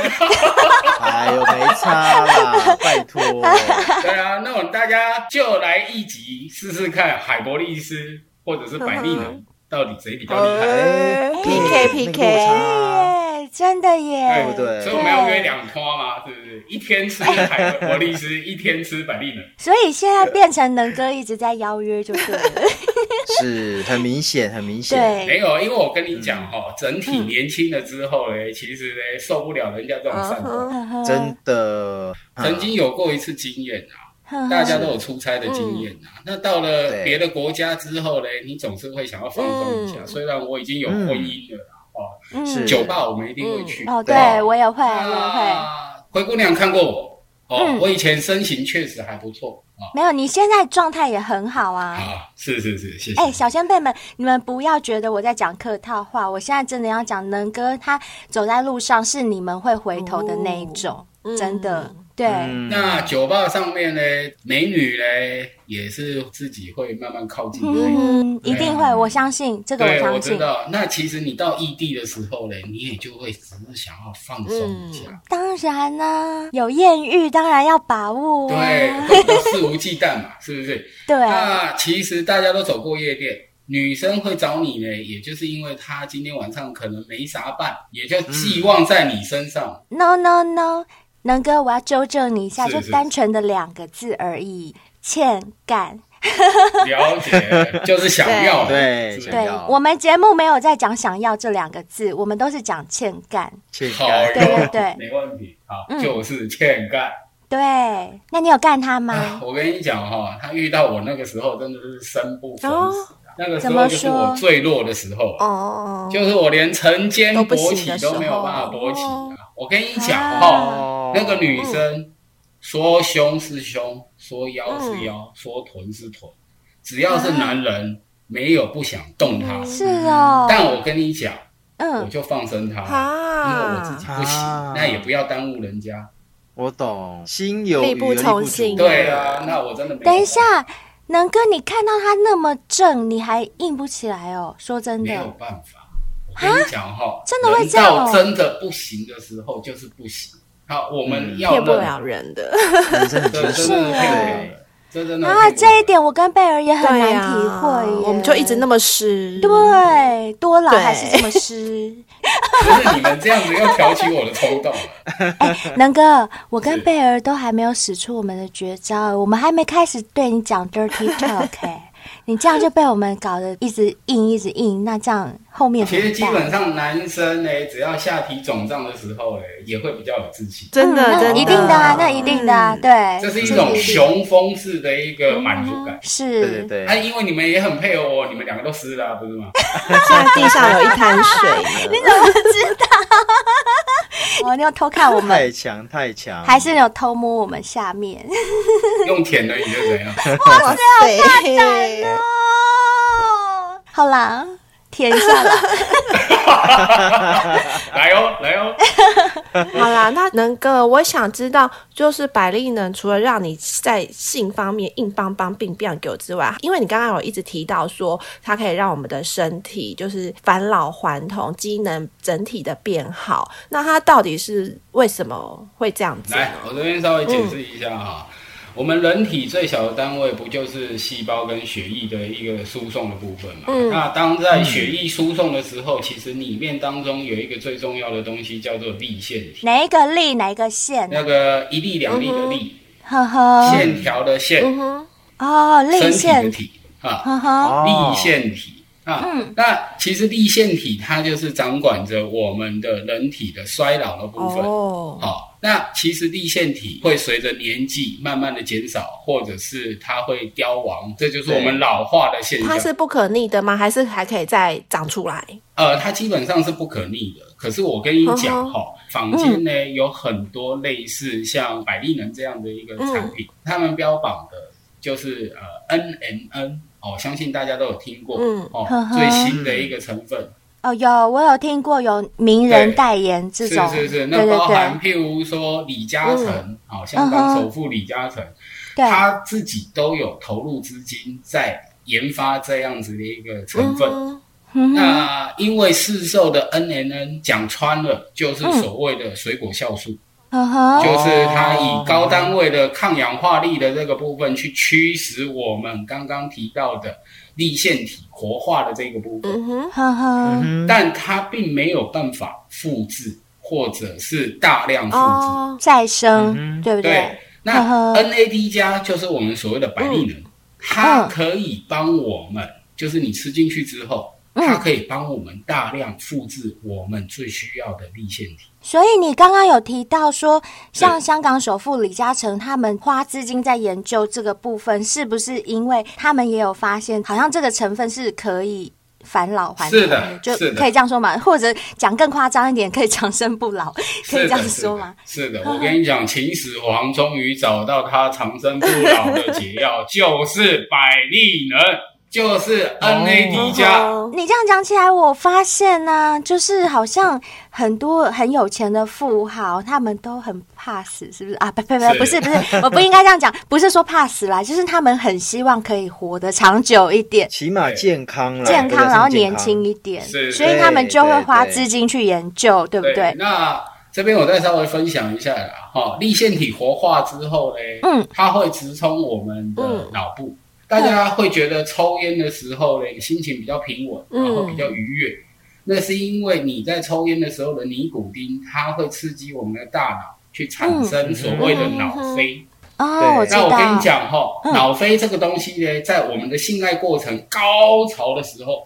哎呦，没差啦，拜托。 [laughs] 对啊，那我们大家就来一集试试看，海博利斯或者是百利嗯能到底谁比较厉害。哦哎 PK 对那个落差耶，真的耶，对不对所以我们要约两拖嘛，是不是？一天吃海博利斯，一天吃百 [laughs] 利能。所以现在变成能哥一直在邀约，就对了。是很明显，很明显。没对，有，因为我跟你嗯讲哈、哦，整体年轻了之后呢，其实呢受不了人家这种散播。嗯真的，嗯曾经有过一次经验啊，呵大呵家都有出差的经验啊。嗯那到了对别的国家之后呢，你总是会想要放松一下。嗯虽然我已经有婚姻了啦，哦，嗯是酒吧我们一定会去。哦，对对我也会，啊我也会。那灰姑娘看过我哦，嗯我以前身形确实还不错啊。没有，你现在状态也很好啊。啊，是是是，谢谢。哎、小先辈们，你们不要觉得我在讲客套话，我现在真的要讲能哥，他走在路上是你们会回头的那一种，嗯真的。对，嗯那酒吧上面呢，美女呢也是自己会慢慢靠近的那种。嗯，一定会，我相信这个，对，我相知信。道。那其实你到异地的时候呢，你也就会只是想要放松嗯一下，当然呢、有艳遇当然要把握、啊。对，会不肆无忌惮嘛，是不是？ [laughs] 对啊那其实大家都走过夜店，女生会找你呢，也就是因为她今天晚上可能没啥伴，也就寄望在你 [laughs] 身上。 No no no，能哥，我要纠正你一下，是就是单纯的两个字而已，欠干。了解，就是想要，对是不是对要我们节目没有在讲“想要”这两个字，我们都是讲欠干。欠好干哟，对对对没问题，好嗯，就是欠干。对，那你有干他啊吗？我跟你讲哈、他遇到我那个时候真的是生不逢哦时，啊那个时怎么候就是说我最弱的时候，哦，就是我连晨间都不勃行起的时都候没有办法勃起、啊哦我跟你讲哦啊哦哈、那个女生、说胸是胸，说腰是腰，嗯说臀是臀，只要是男人，没有不想动他。是哦，但我跟你讲，嗯我嗯，就放生他，因为我自己啊，不行啊，那也不要耽误人家。我懂，心有力余不而力从不心足。对啊，那我真的没有嗯等一下，能哥，你看到他那么正，你还硬不起来哦？说真没有的，办法。我跟你讲哈，真的会这样哦人到真的不行的时候就是不行。好，我们要骗认不了人的。人生很对，现真实，的是骗不了对人，这真的啊，骗不了这一点我跟贝尔也很对难呀体会耶。我们就一直那么湿。对多老对还是这么湿。不是你们这样子又挑起我的冲动了。能哥，我跟是贝尔都还没有使出我们的绝招，我们还没开始对你讲 dirty talk 哎，你这样就被我们搞得一直硬一直硬，那这样后面怎 [laughs] 其实基么办？本上男生呢，只要下体肿胀的时候呢，哎也会比较有自信，真的，嗯那真的，嗯一定的啊，那一定的啊，对，这是一这种一定雄风式的一个满足感。是，对对对啊，因为你们也很配合我，你们两个都湿了啊、不是吗？ [laughs] 现在地上有一滩 [laughs] 水呢。哦，你有偷看我们，太强太强，还是有偷摸我们下面？用舔的你就怎样？ [laughs] 哇塞！啊哦， [laughs] 好啦，舔一下啦。来哦，来哦，好啦，那能哥，我想知道，就是百利能除了让你在性方面硬邦邦、病变给我之外，因为你刚刚有一直提到说，它可以让我们的身体就是返老还童，机能整体的变好。那它到底是为什么会这样子呢？来，我这边稍微解释一下哈。我们人体最小的单位不就是细胞跟血液的一个输送的部分嘛？嗯那当在血液输送的时候，其实里面当中有一个最重要的东西叫做立腺体，哪一个力，哪一个线？那个一粒两粒的粒，呵呵，线条的线，嗯哼，哦，力身体的哦线，体啊，呵呵，哦立嗯腺体啊。那其实立腺体它就是掌管着我们的人体的衰老的部分。哦，好、那其实立腺体会随着年纪慢慢的减少，或者是它会凋亡，这就是我们老化的现它象。是不可逆的吗？还是还可以再长出来？呃，它基本上是不可逆的。可是我跟你讲嗯哼哈、坊间呢、有很多类似像百利能这样的一个嗯产品，他们标榜的就是呃 N M N 哦，相信大家都有听过、嗯哦呵，呵最新的一个成分哦，有我有听过有名人对代言这种，是是是，对那对包含对譬如说李嘉诚，好、香嗯港哼首富李嘉诚，对，他自己都有投入资金在研发这样子的一个成分。嗯嗯哼那因为市售的 N N N 讲穿了就是嗯所谓的水果酵素，呵呵，就是它以高单位的抗氧化力的这个部分去驱使我们刚刚提到的立腺体活化的这个部分。嗯哼，呵呵，嗯哼，但它并没有办法复制，或者是大量复制。哦，再生嗯哼对不对对？，呵那呵嗯 NAD 加就是我们所谓的百利能，它可以帮我们，就是你吃进去之后，嗯它可以帮我们大量复制我们最需要的立腺体。所以你刚刚有提到说，像对香港首富李嘉诚他们花资金在研究这个部分，是不是因为他们也有发现，好像这个成分是可以返老还童是的就是的可以这样说嘛？或者讲更夸张一点，可以长生不老， [laughs] 可以这样说吗？是的，是的我跟你讲，秦始皇终于找到他长生不老的解 [laughs] 药，就是百利能，就是哦 NAD 加。哦你这样讲起来，我发现呢、就是好像很多很有钱的富豪，他们都很怕死，是不是啊？不不不，是不是不是，我不应该这样讲，不是说怕死啦，就是他们很希望可以活得长久一点。起码健康啦，健真的康，是然后健年康轻一点，是所以他们就会花对对资金去研究，对不对？那这边我再稍微分享一下啦，哈、立腺体活化之后呢，嗯，它会直冲我们的嗯脑部。大家会觉得抽烟的时候呢，心情比较平稳，嗯然后比较愉悦。那是因为你在抽烟的时候的尼古丁，它会刺激我们的大脑去产生所谓的脑啡。哦，对嗯我知那道我。跟你讲哈、嗯脑啡这个东西呢，在我们的性爱过程高潮的时候，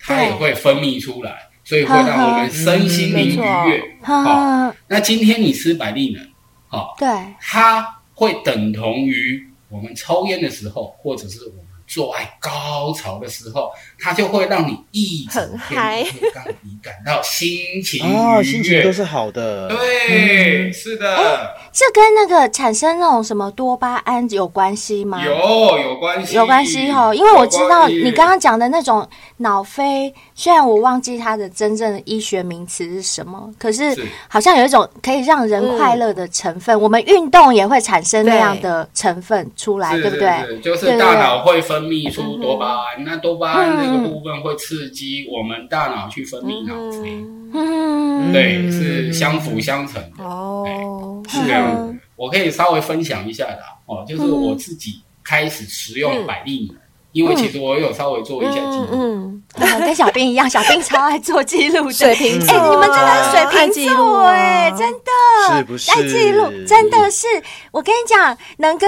它也对会分泌出来，所以会让嗯我们身心灵嗯愉没悦。哈，那今天你吃百利能，好、对，它会等同于我们抽烟的时候，或者是我们做爱高潮的时候，它就会让你一整天都会让你感到心情哦，愉心情悦。都是好的。对，是的，这跟那个产生那种什么多巴胺有关系吗？有有关系，有关系哈，因为我知道有关系你刚刚讲的那种脑啡，虽然我忘记它的真正的医学名词是什么，可是是好像有一种可以让人快乐的成分。我们运动也会产生那样的成分出来，是对不是对？是就是对对大对脑会分泌出多巴胺，那多巴胺这个部分会刺激我们大脑去分泌脑啡，嗯，对，是相辅相成的。哦，是这样子的，我可以稍微分享一下啦。哦，就是嗯我自己开始食用百利奶，因为其实我有稍微做一下记录。嗯，啊跟小兵一样，小兵超爱做记录的。 [laughs] 水瓶座哎、你们真的啊是水爱瓶记座录哎、啊真的是不是爱哎记录，真的是。我跟你讲，能哥，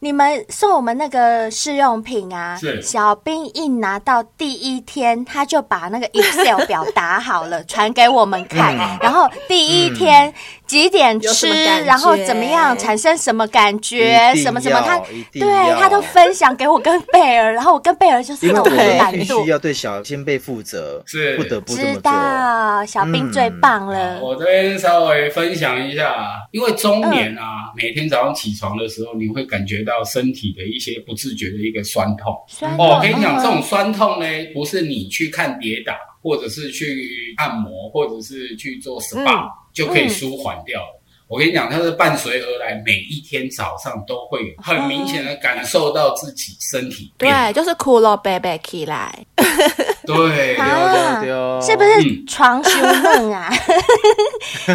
你们送我们那个试用品啊是，小兵一拿到第一天，他就把那个 Excel 表打好了，传给我们看。嗯然后第一天、几点有什吃么感，觉然后怎么样产生什么感觉，一定什么什么，要他一定对要他都分享给我跟贝尔，然后我跟贝尔就是因为那我种们懒必惰须。要对小先辈负责，是不得不这么知做。道小兵最嗯棒了，啊我这边稍微分享一下，因为中年啊，每天早上起床的时候，你会感觉到身体的一些不自觉的一个酸痛。酸哦，痛我跟你讲，嗯这种酸痛呢，不是你去看跌打，或者是去按摩，或者是去做嗯 SPA、就可以舒缓掉了。我跟你讲，它是伴随而来，每一天早上都会有很明显的感受到自己身体变对，就是骷髅贝贝起来，对啊对对哦是不是嗯床修嫩啊？ [laughs]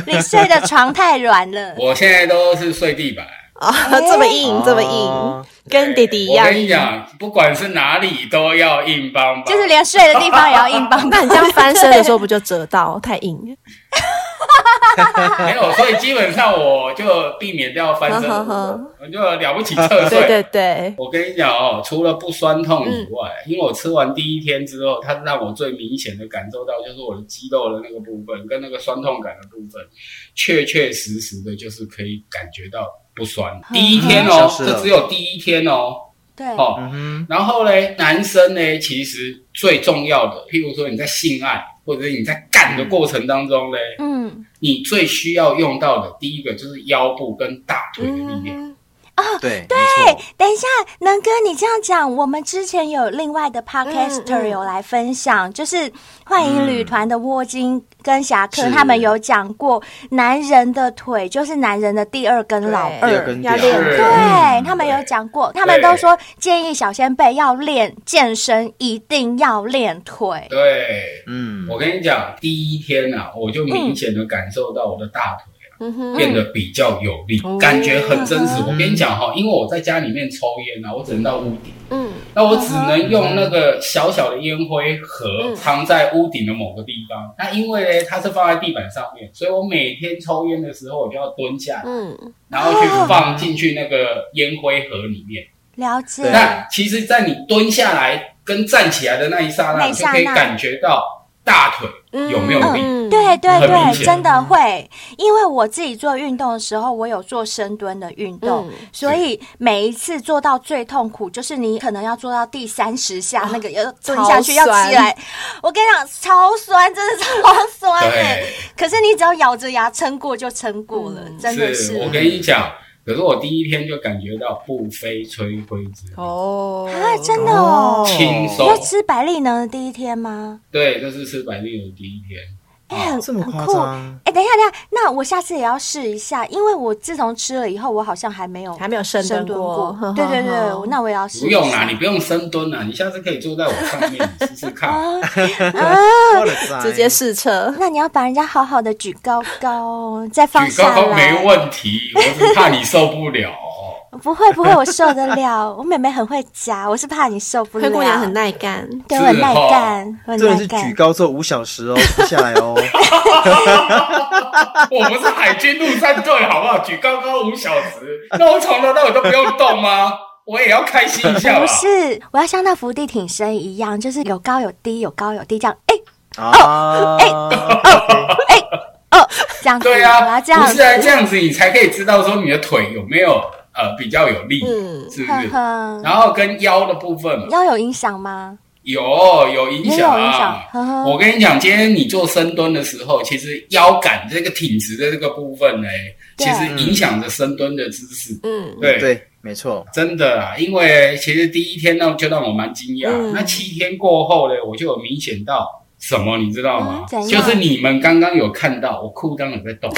你睡的床太软了，我现在都是睡地板，哦，这么硬，这么硬，跟弟弟一样我跟你讲，不管是哪里都要硬邦邦，就是连睡的地方也要硬邦那邦。 [laughs] 你这样翻身的时候不就折到？太 [laughs] 硬。没有，所以基本上我就避免掉翻身，呵呵呵我就了不起侧对睡。对对，我跟你讲哦，除了不酸痛以外，因为我吃完第一天之后，它让我最明显的感受到就是我的肌肉的那个部分跟那个酸痛感的部分，确确实实的就是可以感觉到不酸。第一天哦消，失了这只有第一天哦，对，哦，嗯然后嘞，男生呢，其实最重要的，譬如说你在性爱或者是你在干的过程当中嘞，嗯，你最需要用到的第一个就是腰部跟大腿的力嗯量。哼，对哎对，等一下，能哥，你这样讲，我们之前有另外的 podcaster 嗯有来分享，就是幻影旅团的沃金跟侠嗯客，是他们有讲过，男人的腿就是男人的第二根老对第二二。根要屌，练是对他们有讲过，他们都说建议小先辈要练健身，一定要练腿。对，嗯，我跟你讲，第一天啊，我就明显的感受到我的大腿啊、嗯哼，变得比较有力，哦感觉很真实。我跟你讲哈、因为我在家里面抽烟啊，我只能到屋顶，嗯，那我只能用那个小小的烟灰盒嗯藏在屋顶的某个地方。那因为呢，它是放在地板上面，所以我每天抽烟的时候，我就要蹲下，嗯，然后去放进去那个烟灰盒里面。了解，对那其实，在你蹲下来跟站起来的那一刹那，那一你就刹那可以感觉到大腿有没有力。嗯对对很明对，显真的会，因为我自己做运动的时候，我有做深蹲的运动，嗯所以每一次做到最痛苦，就是你可能要做到第三十下，那个要蹲下去要啊超酸起来，我跟你讲，超酸，真的超酸哎、对，可是你只要咬着牙撑过就撑过了，嗯真的是我跟你讲，可是我第一天就感觉到不非吹灰之力，哦，啊，真的哦。轻你松要吃百利能的第一天吗？对，这是吃百丽的第一天。哎、很这么很夸酷张哎、等一下，等一下，那我下次也要试一下，因为我自从吃了以后，我好像还没有还没有深深蹲蹲过呵呵对对对，呵我那我也要试一下。不用啦，你不用深蹲啦，你下次可以坐在我上面你试试看。哦我的天直接试车，那你要把人家好好的举高高，再放举下高高来。没问题，我只怕你受不了。不会不会，我受得了。我妹妹很会夹，我是怕你受不了。灰姑娘很，耐干，对，我很是哦耐干，我很这人耐是举干。高之后五小时哦，停不下来哦。 [laughs] 我们是海军陆战队，好不好？举高高五小时，那我从头到尾都不用动吗？我也要开心一下吧不。是，我要像那伏地挺身一样，就是有高有低，有高有低这样。哎、啊，哦，这样子，对我要啊，这样不啊子。是啊，这样子你才可以知道说你的腿有没有呃比较有力，嗯是不呵是？呵，然后跟腰的部分嘛腰有影响吗？有有影响没有影响啊。呵呵我跟你讲，今天你做深蹲的时候，其实腰杆这个挺直的这个部分呢，对啊其实影响着深蹲的姿势。嗯，对，对，没错，真的啦，因为其实第一天呢就让我蛮惊讶，嗯那七天过后呢，我就有明显到什么，你知道吗？嗯怎就样是你们刚刚有看到我裤裆有在动，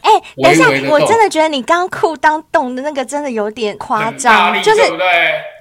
哎、等一下微微，地我动真的觉得你刚裤裆动的那个真的有点夸很大力张，就是对不对？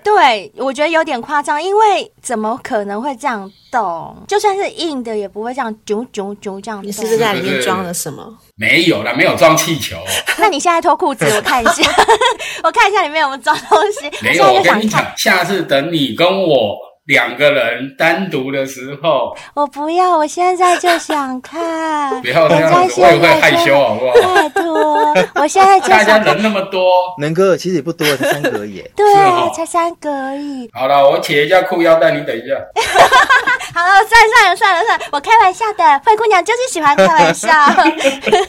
对，我觉得有点夸张，因为怎么可能会这样动？就算是硬的，也不会这样啾啾啾这样动。你是不是在里面装了什么？没有啦，没有装气球，那你现在脱裤子，我看一下， [laughs] 我看一下里面有没有装东西。我没现有。在我就跟想你看，讲，下次等你跟我两个人单独的时候，我不要，我现在就想看。 [laughs] 不要这人家样子，我也现会在害就羞，好不好？拜托，我现在就大家想看。。人那么多，能哥其实也不多，才三个而已对是哦，才三个而已。好了，我解一下裤腰带，你等一下。哎好了，算了算了算了算了，我开玩笑的。灰姑娘就是喜欢开玩 [laughs] 笑。 [laughs]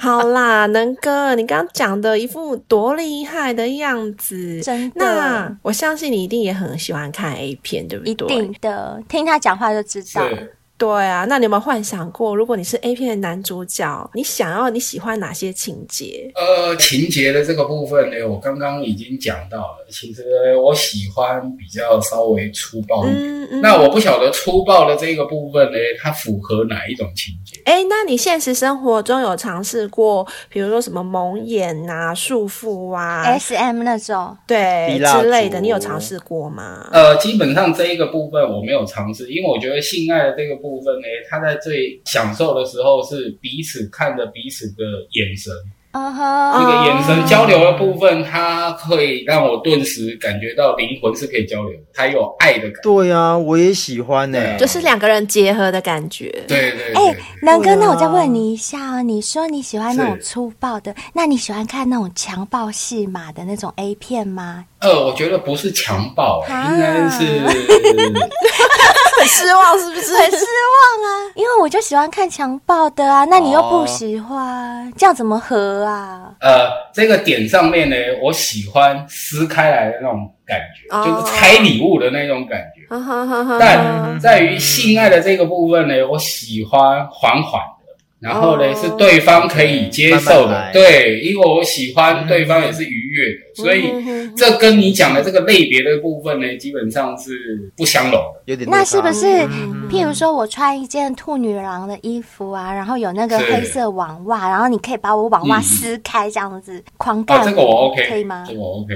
好啦，能哥，你刚刚讲的一副多厉害的样子，真的那我相信你一定也很喜欢看 A 片，对不对？一定的，听他讲话就知道。是，对啊，那你有没有幻想过，如果你是 A 片的男主角，你想要你喜欢哪些情节？呃，情节的这个部分呢，我刚刚已经讲到了。其实我喜欢比较稍微粗暴一点。嗯嗯。哦那我不晓得粗暴的这个部分呢，它符合哪一种情节？哎，那你现实生活中有尝试过，比如说什么蒙眼呐、束缚啊， S M 那种，对滴蜡烛之类的，你有尝试过吗？呃，基本上这一个部分我没有尝试，因为我觉得性爱的这个部分呢，它在最享受的时候是彼此看着彼此的眼神，嗯哼，那哦个眼神交流的部分，它会让我顿时感觉到灵魂是可以交流的，它有爱的感觉。对呀、我也喜欢呢、对就是两个人结合的感觉。对对哎对，南哥，对啊那我再问你一下哦，你说你喜欢那种是粗暴的，那你喜欢看那种强暴戏码的那种 A 片吗？呃，我觉得不是强暴、啊应该是很 [laughs] 失望是不是？ [laughs] 很失望啊，因为我就喜欢看强暴的啊，那你又不喜欢，这样怎么合啊？呃这个点上面呢，我喜欢撕开来的那种感觉，哦就是拆礼物的那种感觉。哈哈哈哈但哈在于性爱的这个部分呢，我喜欢缓缓的，然后呢哦是对方可以接受慢慢的来，对，因为我喜欢对方也是愉悦的，所以嗯哼这跟你讲的这个类别的部分呢，基本上是不相容的。有点那落是不差是嗯，譬如说我穿一件兔女郎的衣服啊，然后有那个是黑色网袜，然后你可以把我网袜嗯撕开，这样子狂啊，干，这个我 OK，可以吗这？个我 OK，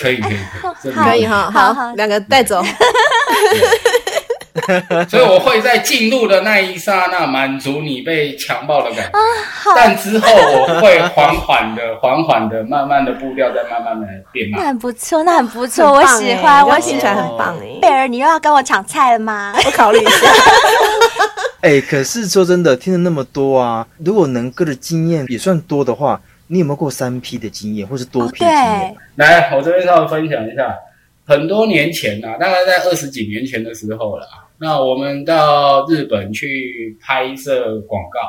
可以可以 [laughs] 可以，这个可以哈，好好，好两个带走。所以我会在进入的那一刹那满足你被强暴的感啊觉，但之后我会缓缓的、缓缓的、慢慢的步调，再慢慢的变慢那。很不错，那很不 [laughs] 错，很我棒喜欸欢，这样我听喜起来欢。很棒哎贝。尔，你又要跟我抢菜了吗？我考虑一 [laughs] 下，哎、可是说真的，听了那么多啊，如果能哥的经验也算多的话，你有没有过三 P 的经验，或是多哦 P 经验对？，来，我这边稍微分享一下，很多年前呐、大概在二十几年前的时候了啊，那我们到日本去拍摄广告。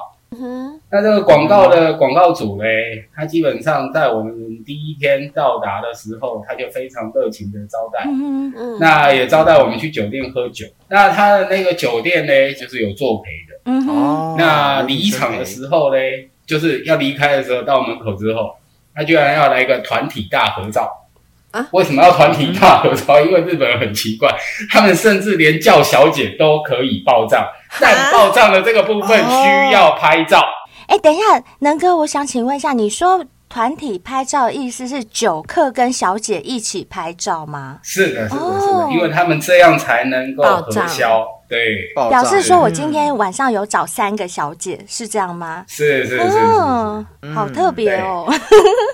那这个广告的广告主嘞，他基本上在我们第一天到达的时候，他就非常热情的招待，嗯哼嗯那也招待我们去酒店喝酒。那他的那个酒店呢，就是有作陪的。嗯哼，哦那离场的时候呢，就是要离开的时候，到门口之后，他居然要来一个团体大合照。啊为什么要团体大合照？因为日本人很奇怪，他们甚至连叫小姐都可以报账，但报账的这个部分需要拍照。哎，等一下，能哥，我想请问一下，你说团体拍照的意思是酒客跟小姐一起拍照吗？是的，是的，是哦的，因为他们这样才能够报核账销。对，爆炸表示说我今嗯天晚上有找三个小姐，是这样吗？是是是是是。嗯哦，好特别哦，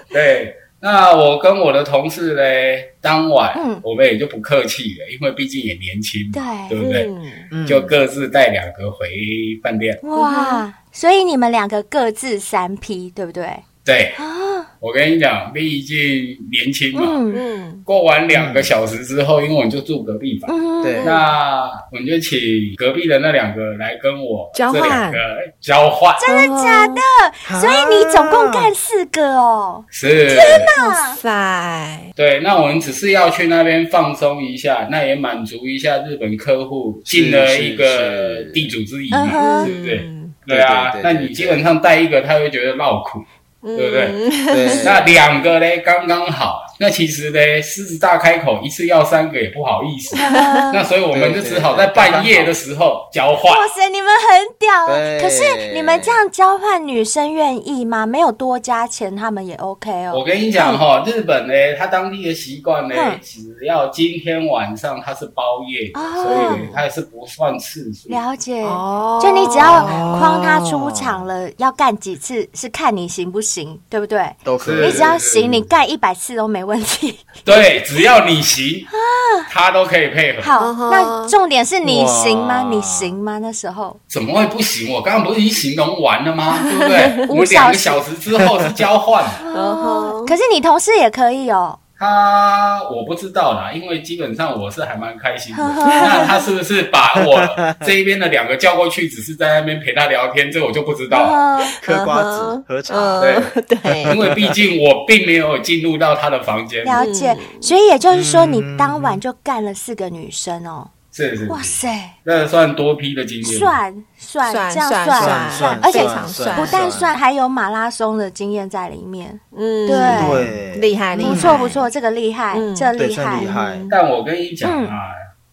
对，那我跟我的同事嘞，当晚、嗯我们也就不客气了，因为毕竟也年轻嘛，对对不对？嗯嗯就各自带两个回饭店。哇！所以你们两个各自三批，对不对？对，啊，我跟你讲，毕竟年轻嘛，嗯嗯，过完两个小时之后，因为我们就住隔壁房，嗯，对那我们就请隔壁的那两个来跟我交换这两个交换，真的假的？所以你总共干四个哦，是，哇塞，对。那我们只是要去那边放松一下，那也满足一下日本客户尽了一个是是地主之谊嗯嘛，哼对不对？嗯对啊对对对，那对你基本上带一个，他会觉得绕苦。对不对？对，那两个嘞，刚刚好。那其实嘞，狮子大开口，一次要三个也不好意 [laughs] 思。那所以我们就只好在半夜的时候交哇换。塞，你们很屌啊！对可是你们这样交换，女生愿意吗？没有多加钱，他们也 OK 我哦。跟你讲哈、日本呢，他当地的习惯呢嗯，只要今天晚上他是包夜，哦所以他是不算次数。了解，哦就你只要框他出场了，要干几次是看你行不行，对不对？都可以你只要行，嗯你干一百次都没问题。对，只要你行，他都可以配合。啊好嗯，哼那重点是你行吗？哇你行吗？那时候怎么会不行？我刚刚不是已经形容完了吗？对不对？我 [laughs] 五们小时两个小时之后是 [laughs] 交换。哦可是你同事也可以哦。他我不知道啦，因为基本上我是还蛮开心的。那他是不是把我这一边的两个叫过去，只是在那边陪他聊天？这我就不知道了，嗯嗑瓜子喝茶，嗯对因为毕竟我并没有进入到他的房间。了解，嗯所以也就是说，嗯你当晚就干了四个女生哦。是是，哇是塞，那算多批的经验。算算算这样算算，算算，而且算算不但算，还有马拉松的经验在里面，嗯对对，厉害厉害，不错不错，这个厉害，嗯这对，厉算害厉。害，但我跟你讲啊，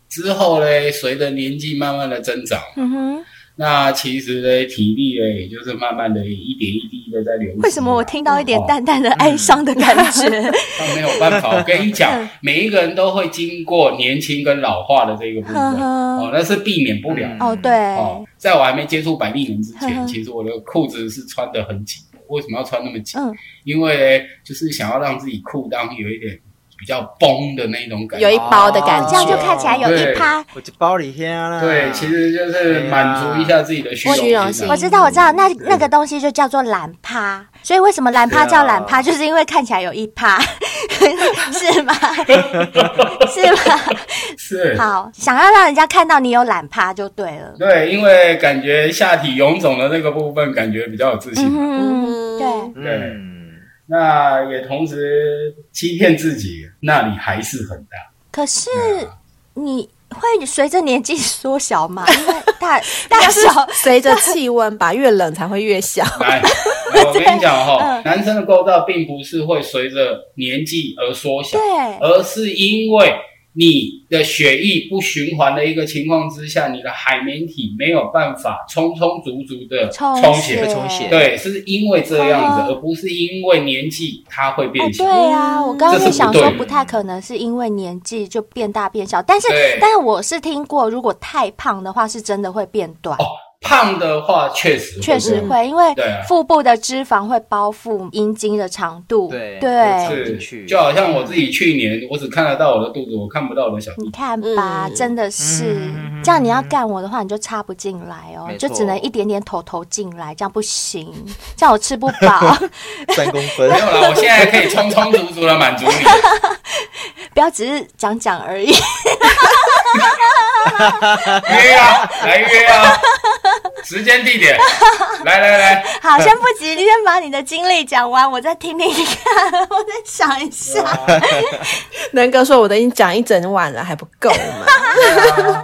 之后嘞，随着年纪慢慢的增长，嗯哼，那其实嘞，体力嘞，也就是慢慢的一点一滴的在流失。啊为什么我听到一点哦淡淡的哀伤的感觉？那没有 [laughs] 办法，我跟你讲，每一个人都会经过年轻跟老化的这个部分，呵呵哦，那是避免不了。嗯哦，哦对，，在我还没接触百丽人之前，呵呵其实我的裤子是穿得很紧。为什么要穿那么紧？嗯因为就是想要让自己裤裆有一点比较绷的那种感有觉。一包的感这哦样觉，就看起来有一趴。我就包里天啦，对，其实就是满足一下自己的虚虚荣心荣心我啊。知道，我知道，那那个东西就叫做懒趴，所以为什么懒趴叫懒趴， [laughs] 是就是因为看起来有一趴， [laughs] 是吗？ [laughs] 是吗？ [laughs] 是，好，想要让人家看到你有懒趴就对了。对，因为感觉下体臃肿的那个部分，感觉比较有自信。嗯，嗯对，嗯，那也同时欺骗自己，那里还是很大。可是对你会随着年纪缩小嘛？因为大大是小随着气温吧，越冷才会 [laughs] 越小。 [laughs] 来，来我跟你讲嗯哈、男生的构造并不是会随着年纪而缩小，对，而是因为你的血液不循环的一个情况之下，你的海绵体没有办法充充足足的充充血血。被充血对，是因为这样子，哦而不是因为年纪它会哎变，小。对嗯啊，我刚刚就这是想不对说，的不太可能是因为年纪就变大变小，但是对但是我是听过，如果太胖的话，是真的会变短，胖的话确实确实会会，因为哦对啊腹部的脂肪会包覆阴茎的长度，对这对是样进是，去就好像我自己去年，我只看得到我的肚子，我看不到我的小你弟。看吧，嗯真的是嗯这样。你要干我的话，你就插不进来哦没，就错只能一点点头头进来，这样不行， [laughs] 这样我吃不饱。 [laughs] 三公分没，有啦，我现在可以充充足足的满足你。不要只是讲讲而已。 [laughs] 约啊，来约啊，时间地点，来来来，好，先不急，你先把你的经历讲完，我再听听看， [laughs] 我再想一下。能哥说我都已经讲一整晚了，还不 [laughs] 够吗？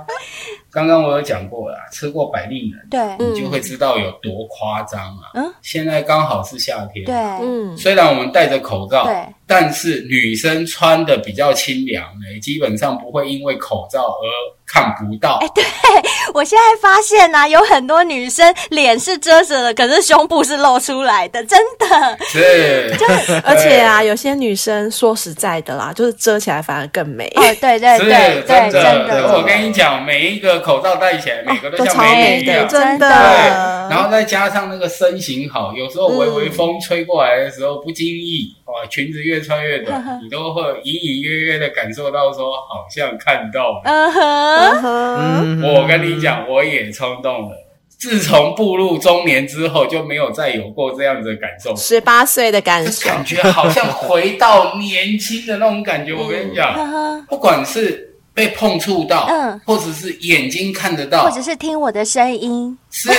刚刚我有讲过了，吃过百丽人，对，你就会知道有多夸张啊。嗯现在刚好是夏天，对，，嗯，虽然我们戴着口罩，对，但是女生穿的比较清凉呢，基本上不会因为口罩而看不到。哎我现在发现呢、有很多女生脸是遮着的，可是胸部是露出来的，真的。是， [laughs] 而且啊，有些女生说实在的啦，就是遮起来反而更美。哦，对对是对对，真真的。的，哦我跟你讲，每一个口罩戴起来，每个都都像超美美女一样的，。真对的。对，嗯然后再加上那个身形好，有时候微微风吹过来的时候，不经嗯意哇，裙子越穿越 [laughs] 短，你都会隐隐约约的感受到说，好像看到了。嗯哼，嗯哼嗯我跟你，讲，我也冲动了。自从步入中年之后，就没有再有过这样子的感受，十八岁的感就是受，感觉好像回到年轻的那种感觉。我跟你呵讲，呵，不管是被碰触到，嗯或者是眼睛看得到，或者是听我的声音，是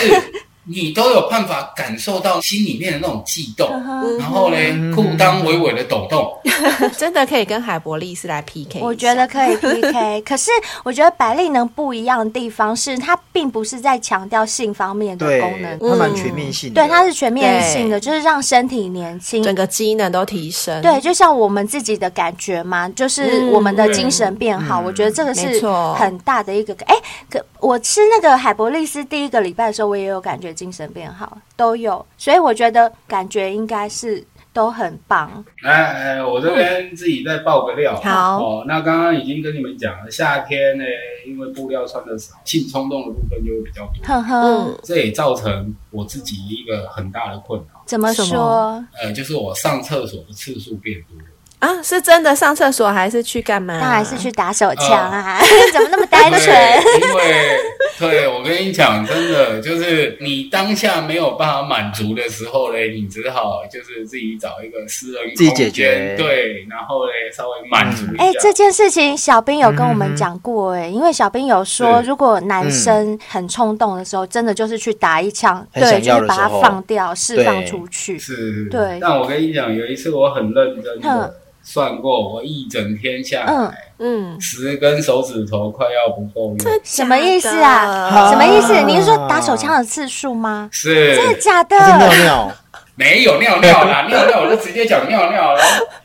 你都有办法感受到心里面的那种悸动，呵呵。嗯然后嘞，裤裆微微的抖动， [laughs] 真的可以跟海博利斯来 PK。我觉得，可以 PK，可是我觉得百丽能不一样的地方是，它并不是在强调性方面的对功能，，它蛮嗯全面性的。对，它是全面性的，对就是让身体年轻。整个机能都提升。对，就像我们自己的感觉嘛，就是我们的精神变好，我觉得这个嗯没是错很大的一个。哎，可我吃那个海博利斯第一个礼拜的时候，我也有感觉精神变好，都有，所以我觉得感觉应该是都很棒。来，哎我这边自己再爆个料。好哦，那刚刚已经跟你们讲了，夏天呢，因为布料穿的少，性冲动的部分就会比较多，呵呵，嗯，这也造成我自己一个很大的困扰，怎么什么说？呃，就是我上厕所的次数变多了。啊，是真的上厕所还是去干嘛？当然是去打手枪啊！ [laughs] 怎么那么单纯？对，因为对我跟你讲，真的就是你当下没有办法满足的时候嘞，你只好就是自己找一个私人空间自己解决对，然后嘞稍微满足一下。哎、这件事情小兵有跟我嗯们讲过哎、因为小兵有说，是如果男生很冲动的时候，真的就是去打一枪，很对，想就要是的把它时候放掉，释放对出去。是，对但我跟你讲，有一次我很认真嗯的算过，我一整天下嗯来，嗯，十根手指头快要不够用。什么意思假啊？的什么意思？你是说打手枪的次数吗？是，真的假的？还是尿尿没有尿 [laughs] 尿啦，尿尿我就直接讲尿尿了。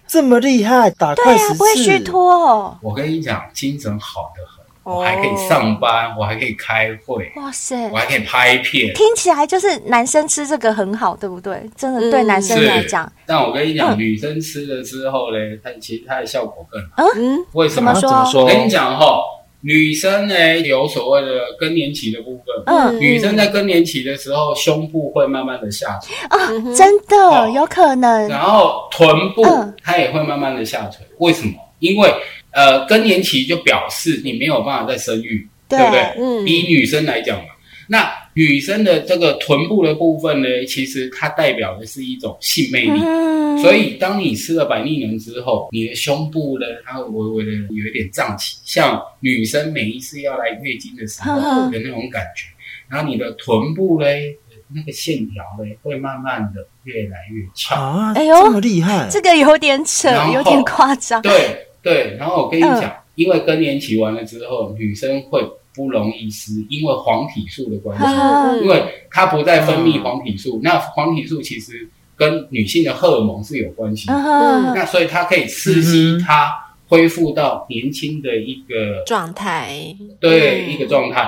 这么厉害，打对快啊十，不会虚次，脱哦。我跟你讲，精神好得很，哦我还可以上班，我还可以开会，哇塞我，还可以拍片。听起来就是男生吃这个很好，对不对？真的嗯对男生是来讲，但我跟你讲，嗯女生吃了之后嘞，它其实它的效果更好。嗯，为什么怎么？说啊我跟你讲哈，女生呢有所谓的更年期的部分。嗯，女生在更年期的时候，胸部会慢慢的下垂，嗯啊真哦的有可能。然后臀部嗯它也会慢慢的下垂。为什么？因为呃，更年期就表示你没有办法再生育，对不对？嗯以女生来讲嘛，那女生的这个臀部的部分呢，其实它代表的是一种性魅力。嗯所以，当你吃了百利能之后，你的胸部呢，它会微微的有一点胀起，像女生每一次要来月经的时候嗯嗯的那种感觉。然后你的臀部嘞，那个线条嘞，会慢慢的越来越翘。啊，哎呦这么厉害，这个有点扯然，后有点夸张。对对，然后我跟你嗯讲，因为更年期完了之后，女生会不容易湿，因为黄体素的关系。嗯因为它不再分泌黄体嗯素，那黄体素其实跟女性的荷尔蒙是有关系的，嗯哼那所以它可以刺激它恢复到年轻的一个状态，对、嗯一个状态，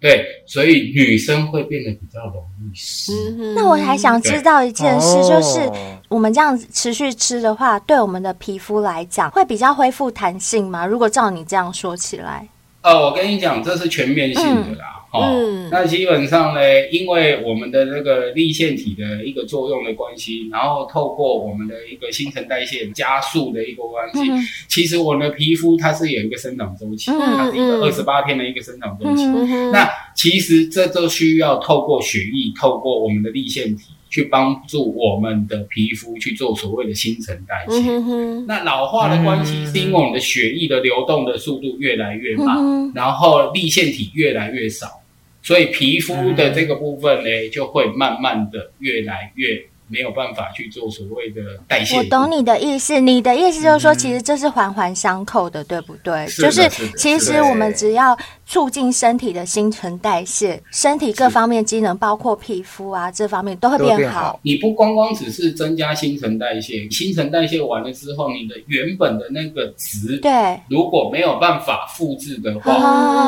对，所以女生会变得比较容易湿。嗯那我还想知道一件事，哦就是我们这样子持续吃的话，对我们的皮肤来讲，会比较恢复弹性吗？如果照你这样说起来，呃，我跟你讲，这是全面性的啦。哦，嗯那基本上呢，因为我们的这个立腺体的一个作用的关系，然后透过我们的一个新陈代谢加速的一个关系，嗯其实我们的皮肤它是有一个生长周期，嗯它是一个嗯二十八天的一个生长周期。嗯嗯哼那其实这都需要透过血液，透过我们的立腺体去帮助我们的皮肤去做所谓的新陈代谢。嗯哼哼，那老化的关系是因为我们的血液的流动的速度越来越慢，嗯然后立腺体越来越少，所以皮肤的这个部分呢，就会慢慢的越来越没有办法去做所谓的代谢。我懂你的意思，你的意思就是说，嗯其实这是环环相扣的，对不对？是就的是是的其是实的我们只要促进身体的新陈代谢，身体各方面机能，包括皮肤啊这方面都会都会变变好好。你不光光只是增加新陈代谢，新陈代谢完了之后，你的原本的那个值，对，如果没有办法复制的啊话，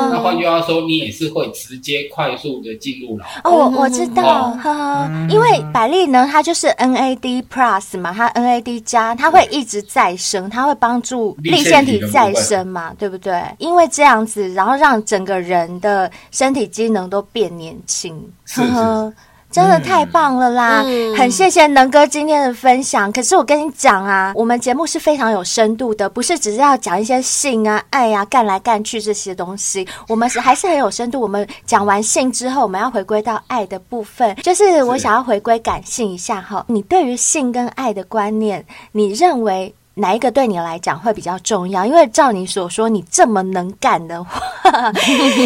那哦，换句话说，你也是会直接快速的进入老化。我我知道，哦呵呵，因为百利能它就是 NAD Plus 嘛，它 NAD 加，它会一直再生，它会帮助立立腺腺体体的部再分生嘛，对不对？因为这样子，然后让整个人的身体机能都变年轻，是呵呵。真的太棒了啦！嗯很谢谢能哥今天的分享。可是我跟你讲啊，我们节目是非常有深度的，不是只是要讲一些性啊、爱呀、啊、干来干去这些东西。我们是还是很有深度。我们讲完性之后，我们要回归到爱的部分，就是我想要回归感性一下哈。你对于性跟爱的观念，你认为？哪一个对你来讲会比较重要？因为照你所说，你这么能干的话， [laughs]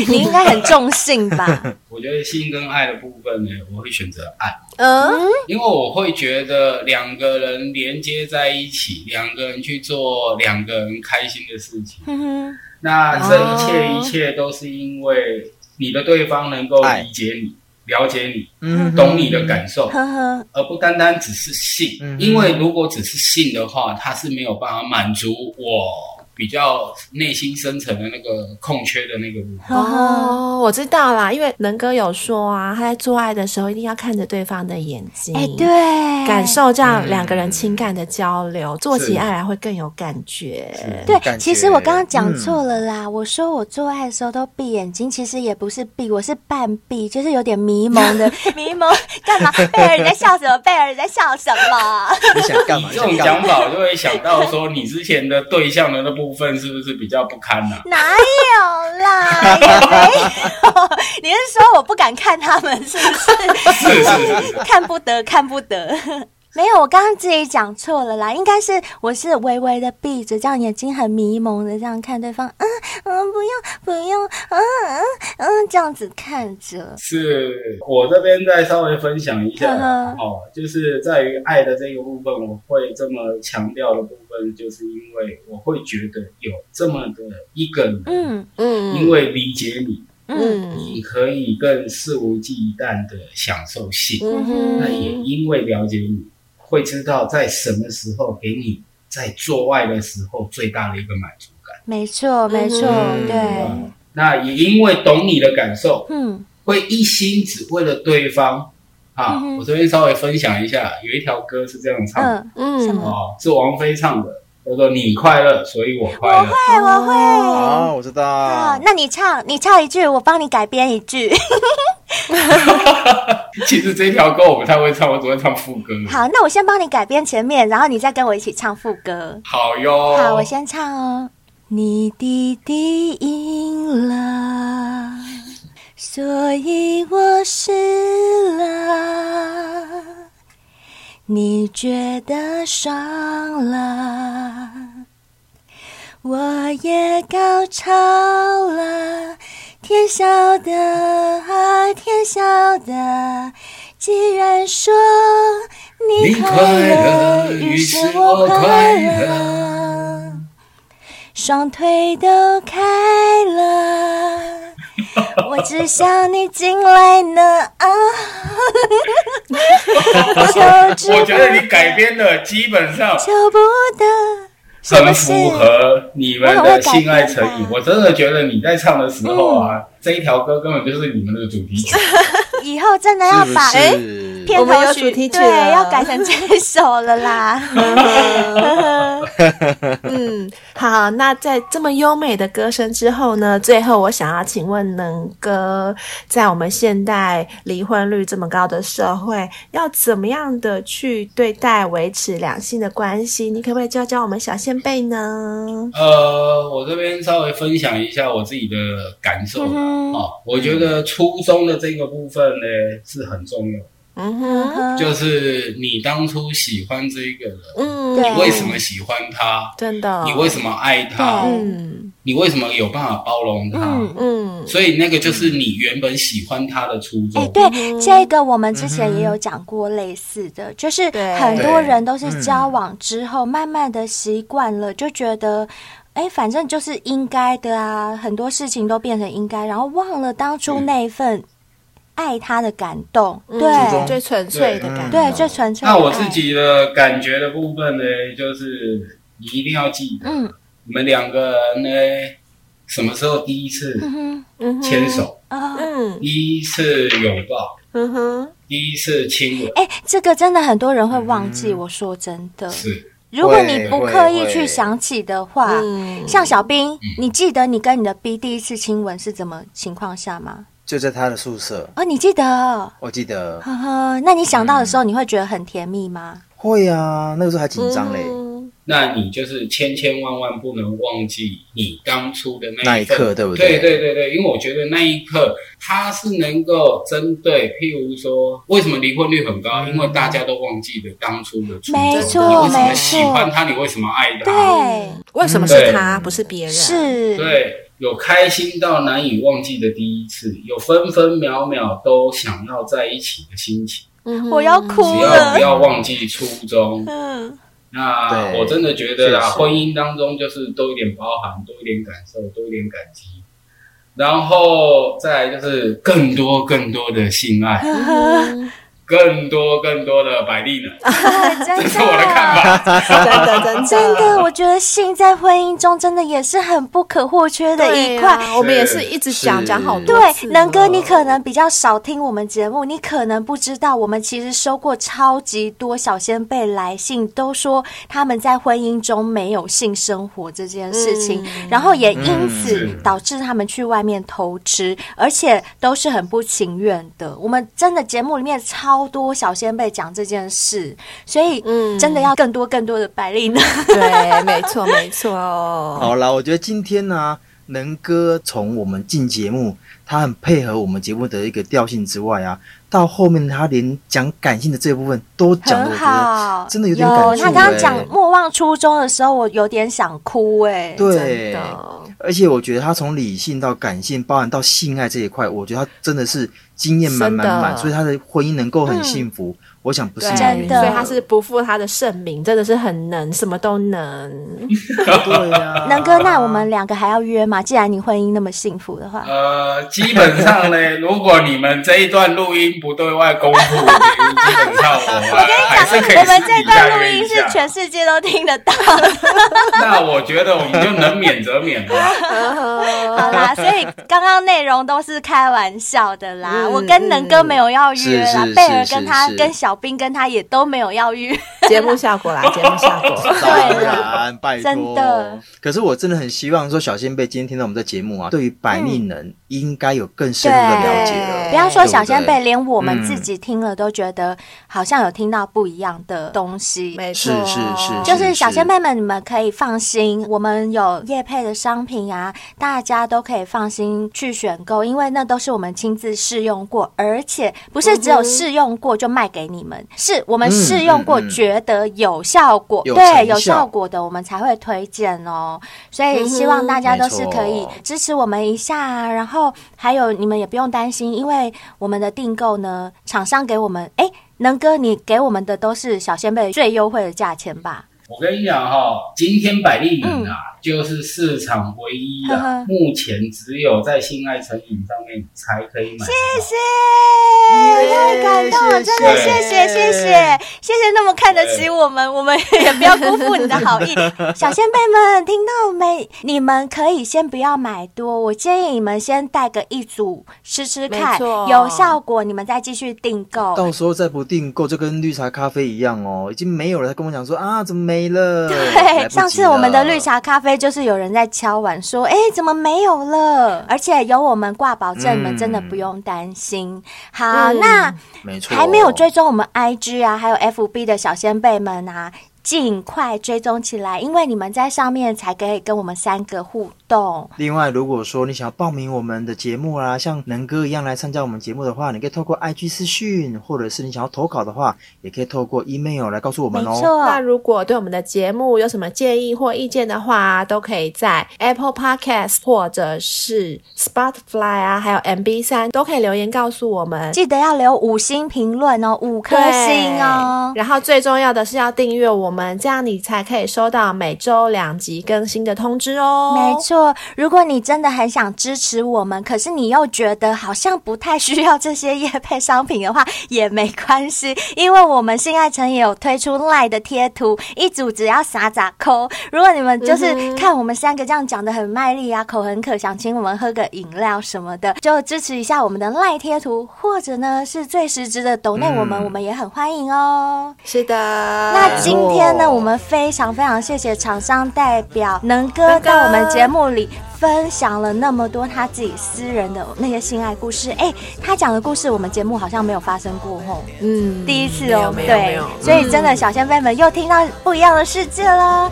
你应该很重性 [laughs] 吧？我觉得性跟爱的部分呢，我会选择爱，嗯，因为我会觉得两个人连接在一起，两个人去做两个人开心的事情，哼哼，那这一切哦一切都是因为你的对方能够爱理解你、了解你、嗯懂你的感受，呵呵。而不单单只是性。嗯因为如果只是性的话，它是没有办法满足我比较内心深层的那个空缺的那个部分。 [laughs] 哦，哦，我知道啦，因为能哥有说啊，他在做爱的时候一定要看着对方的眼睛，哎、对，感受这样嗯两个人情感的交流，做起是爱来会更有感觉。对。感其实我刚刚觉讲嗯错了啦，我说我做爱的时候都闭眼睛，其实也不是闭，我是半闭，就是有点迷蒙 [laughs] 的迷蒙。干嘛？贝尔你在笑什么？贝尔你在笑什么？你想干你嘛？这种想干讲嘛法，我就会想到说，你之前的对象的那部分是不是比较不堪啊呐、哪有啦？也没有。你是说我不敢看他们，是不是？是是是是，看不得，看不得。没有，我刚刚自己讲错了啦，应该是我是微微的闭着，这样眼睛很迷蒙的这样看对方，嗯嗯，不用不用，嗯嗯嗯，这样子看着，是我这边再稍微分享一下嗯哼哦，就是在于爱的这个部分，我会这么强调的部分，就是因为我会觉得有这么的一个人，嗯嗯因为理解你，嗯，你可以更肆无忌惮的享受性，嗯那也哼，因为了解你，会知道在什么时候给你在做爱的时候最大的一个满足感。没错没错，嗯对，那也因为懂你的感受，嗯会一心只为了对方啊。嗯哼我这边稍微分享一下，有一条歌是这样唱的、嗯，什么嗯，哦，是王菲唱的，叫做“你快乐，所以我快乐”。哎，我会，嗯啊，我知哦道，。那你唱，你唱一句，我帮你改编一句，其实这条歌我不太会唱，我只会唱副歌。好，那我先帮你改编前面，然后你再跟我一起唱副歌。好哟，好，我先唱哦。你弟弟赢了，所以我湿了。你觉得啊爽了，我也高潮了。天晓得啊，天晓得，既然说你你快快乐，乐于于是是我我快快乐乐，双腿都开了。我只想你进来呢啊！ [laughs] 求之我觉得你改编的基本上求不得，什么很事符合你们的性爱成瘾。我我真的觉得你在唱的时候啊，嗯这一条歌根本就是你们的主题 [laughs] 曲。以后真的要是不把哎是？片我们头有曲主题曲对了要改成这首了啦。嗯，好，那在这么优美的歌声之后呢，最后我想要请问能哥，在我们现代离婚率这么高的社会，要怎么样的去对待维持两性的关系？你可不可以教教我们小先辈呢？呃，我这边稍微分享一下我自己的感受、嗯哼哦。我觉得初中的这个部分呢是很重要的，嗯哼，就是你当初喜欢这一个人，嗯，对啊嗯你为什么喜欢他？真的？你为什么爱他对？嗯你为什么有办法包容他？嗯，嗯所以那个就是你原本喜欢他的初衷。哎，对，这个我们之前也有讲过类似的，就是对很多人都是对嗯交往之后，慢慢的习惯了，就觉得。哎，反正就是应该的啊，很多事情都变成应该，然后忘了当初那一份爱他的感动，嗯对最纯粹的感觉，对，最纯粹的那爱。我自己的感觉的部分呢，就是你一定要记得，嗯你们两个人呢，什么时候第一次嗯哼嗯哼牵，手，啊，嗯第一次拥抱，嗯哼，第一次亲吻，哎，这个真的很多人会忘记。我说真的，嗯是如果你不会刻意去会想起的话，嗯嗯像小兵，你记得你跟你的 B 第一次亲吻是怎么情况下吗？就在他的宿舍，哦，你记得哦，我记得呵呵。那你想到的时候，嗯你会觉得很甜蜜吗？会啊，那个时候还紧张嘞，嗯那你就是千千万万不能忘记你当初的那那一份刻对不对？对对对对，因为我觉得那一刻它是能够针对，譬如说，为什么离婚率很高？因为大家都忘记了当初的初衷，没你错为什么没喜错欢他，你为什么爱他？对，为什么是他，不是别人？是，对，有开心到难以忘记的第一次，有分分秒秒都想要在一起的心情，嗯哼，我要哭只要不了。要忘记初衷。嗯，那对我真的觉得啦，确实婚姻当中就是多一点包含，多一点感受，多一点感激，然后再来就是更多更多的性爱， [laughs] 嗯哼更多更多的百丽能，真 [laughs] 这是我的看法。真的真 [laughs] 的真的，我觉得性在婚姻中真的也是很不可或缺的对一呀块。我们也是一直讲是讲好多次对，了能哥，你可能比较少听我们节目，你可能不知道，我们其实收过超级多小先辈来信，都说他们在婚姻中没有性生活这件事情，然后也因此嗯导致他们去外面偷吃，而且都是很不情愿的。我们真的节目里面超多小先辈讲这件事，所以嗯真的要更多更多的百丽呢。对，没错没错，好啦，我觉得今天呢、能哥从我们进节目，他很配合我们节目的一个调性之外啊，到后面他连讲感性的这部分都讲的，很我觉得好，真的有点感触他刚刚欸讲莫忘初衷的时候，我有点想哭哎、真对，的，而且我觉得他从理性到感性，包含到性爱这一块，我觉得他真的是经验满满真满，的所以他的婚姻能够嗯很幸福，我想不是没对有原真因的所以他是不负他的盛名，真的是很能，什么都能。对啊，能哥， [laughs] 那我们两个还要约吗？既然你婚姻那么幸福的话，呃，基本上 [laughs] 呢，如果你们这一段录音不对外公布，基本上我们还是可以我们私这底段下录约一音是下全世界都听 [laughs] 得到。那我觉得我们就能免则免啊吧。好啦，所以刚刚内容都是开玩笑的啦。嗯我跟能哥没有要约啦嗯是是，贝尔是跟是他是跟小兵跟他也都没有要约。节目效果啦，节目效果。当然，拜托。真的可是我真的很希望说，小仙贝今天听到我们的节目啊，对于百命人应该有更深入的了解了。对不要说对不小仙贝，对连我们嗯自己听了都觉得好像有听到不一样的东西。没是错，是是就是小仙妹们，你们可以放心，我们有业配的商品啊，大家都可以放心去选购，因为那都是我们亲自试用过，而且不是只有试用过就卖给你们，是我们试用过嗯嗯嗯嗯觉得有效果，有成效对有效果的我们才会推荐哦。所以希望大家都是可以没错支持我们一下啊，然后还有你们也不用担心，因为我们的订购呢，厂商给我们哎。能哥，你给我们的都是小仙贝最优惠的价钱吧？ [laughs] 我跟你讲哈、今天百利能啊，就是市场唯一的、呵呵目前只有在性爱成瘾上面才可以买。啊谢谢，太感动了，谢真的谢谢谢谢谢谢谢那么看得起我们，我们也不要辜负你的好意。小先辈们，听到没？你们可以先不要买多，我建议你们先带个一组吃吃看没，错有效果你们再继续订购。 [laughs] 到时候再不订购，就跟绿茶咖啡一样哦，已经没有了。他跟我讲说啊，怎么没了？来不对，及上次我们的绿了茶咖啡就是有人在敲碗说，哎，怎么没有了？而且有我们挂保证，你们真的不用担心。好，嗯那。没错，还没有追踪我们 IG 啊，还有 FB 的小先辈们啊，尽快追踪起来，因为你们在上面才可以跟我们三个互动。另外，如果说你想要报名我们的节目啊，像能哥一样来参加我们节目的话，你可以透过 IG 私讯，或者是你想要投稿的话，也可以透过 email 来告诉我没们哦。错那，如果对我们的节目有什么建议或意见的话，都可以在 Apple Podcast 或者是 Spotify 啊，还有 MB 三都可以留言告诉我们。记得要留五星评论哦，五颗星哦对。然后最重要的是要订阅我们，这样你才可以收到每周两集更新的通知哦。没错，如果你真的很想支持我们，可是你又觉得好像不太需要这些业配商品的话，也没关系，因为我们性爱城也有推出 LINE 的贴图，一组只要傻傻抠。如果你们就是看我们三个这样讲的很卖力啊，口很渴，想请我们喝个饮料什么的，就支持一下我们的 LINE 贴图，或者呢是最实质的抖内我们，嗯我们也很欢迎哦。是的。那今天呢，哦我们非常非常谢谢厂商代表能哥到我们节目里。分享了那么多他自己私人的那些性爱故事。哎，他讲的故事我们节目好像没有发生过吼，嗯，第一次哦，没有没有没对有，所以真的小先辈们又听到不一样的世界了。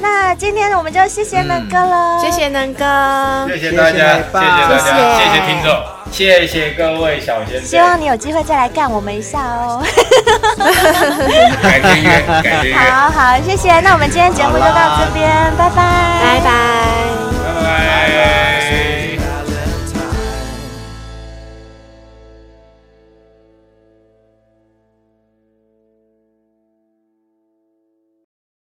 那今天我们就谢谢能哥了，嗯谢谢能哥，谢谢大家，谢谢大家，谢谢谢谢听众，谢谢各位小先希望生，你有机会再来干我们一下哦。改天约，改天约。好好，谢谢。那我们今天节目就到这边，拜拜。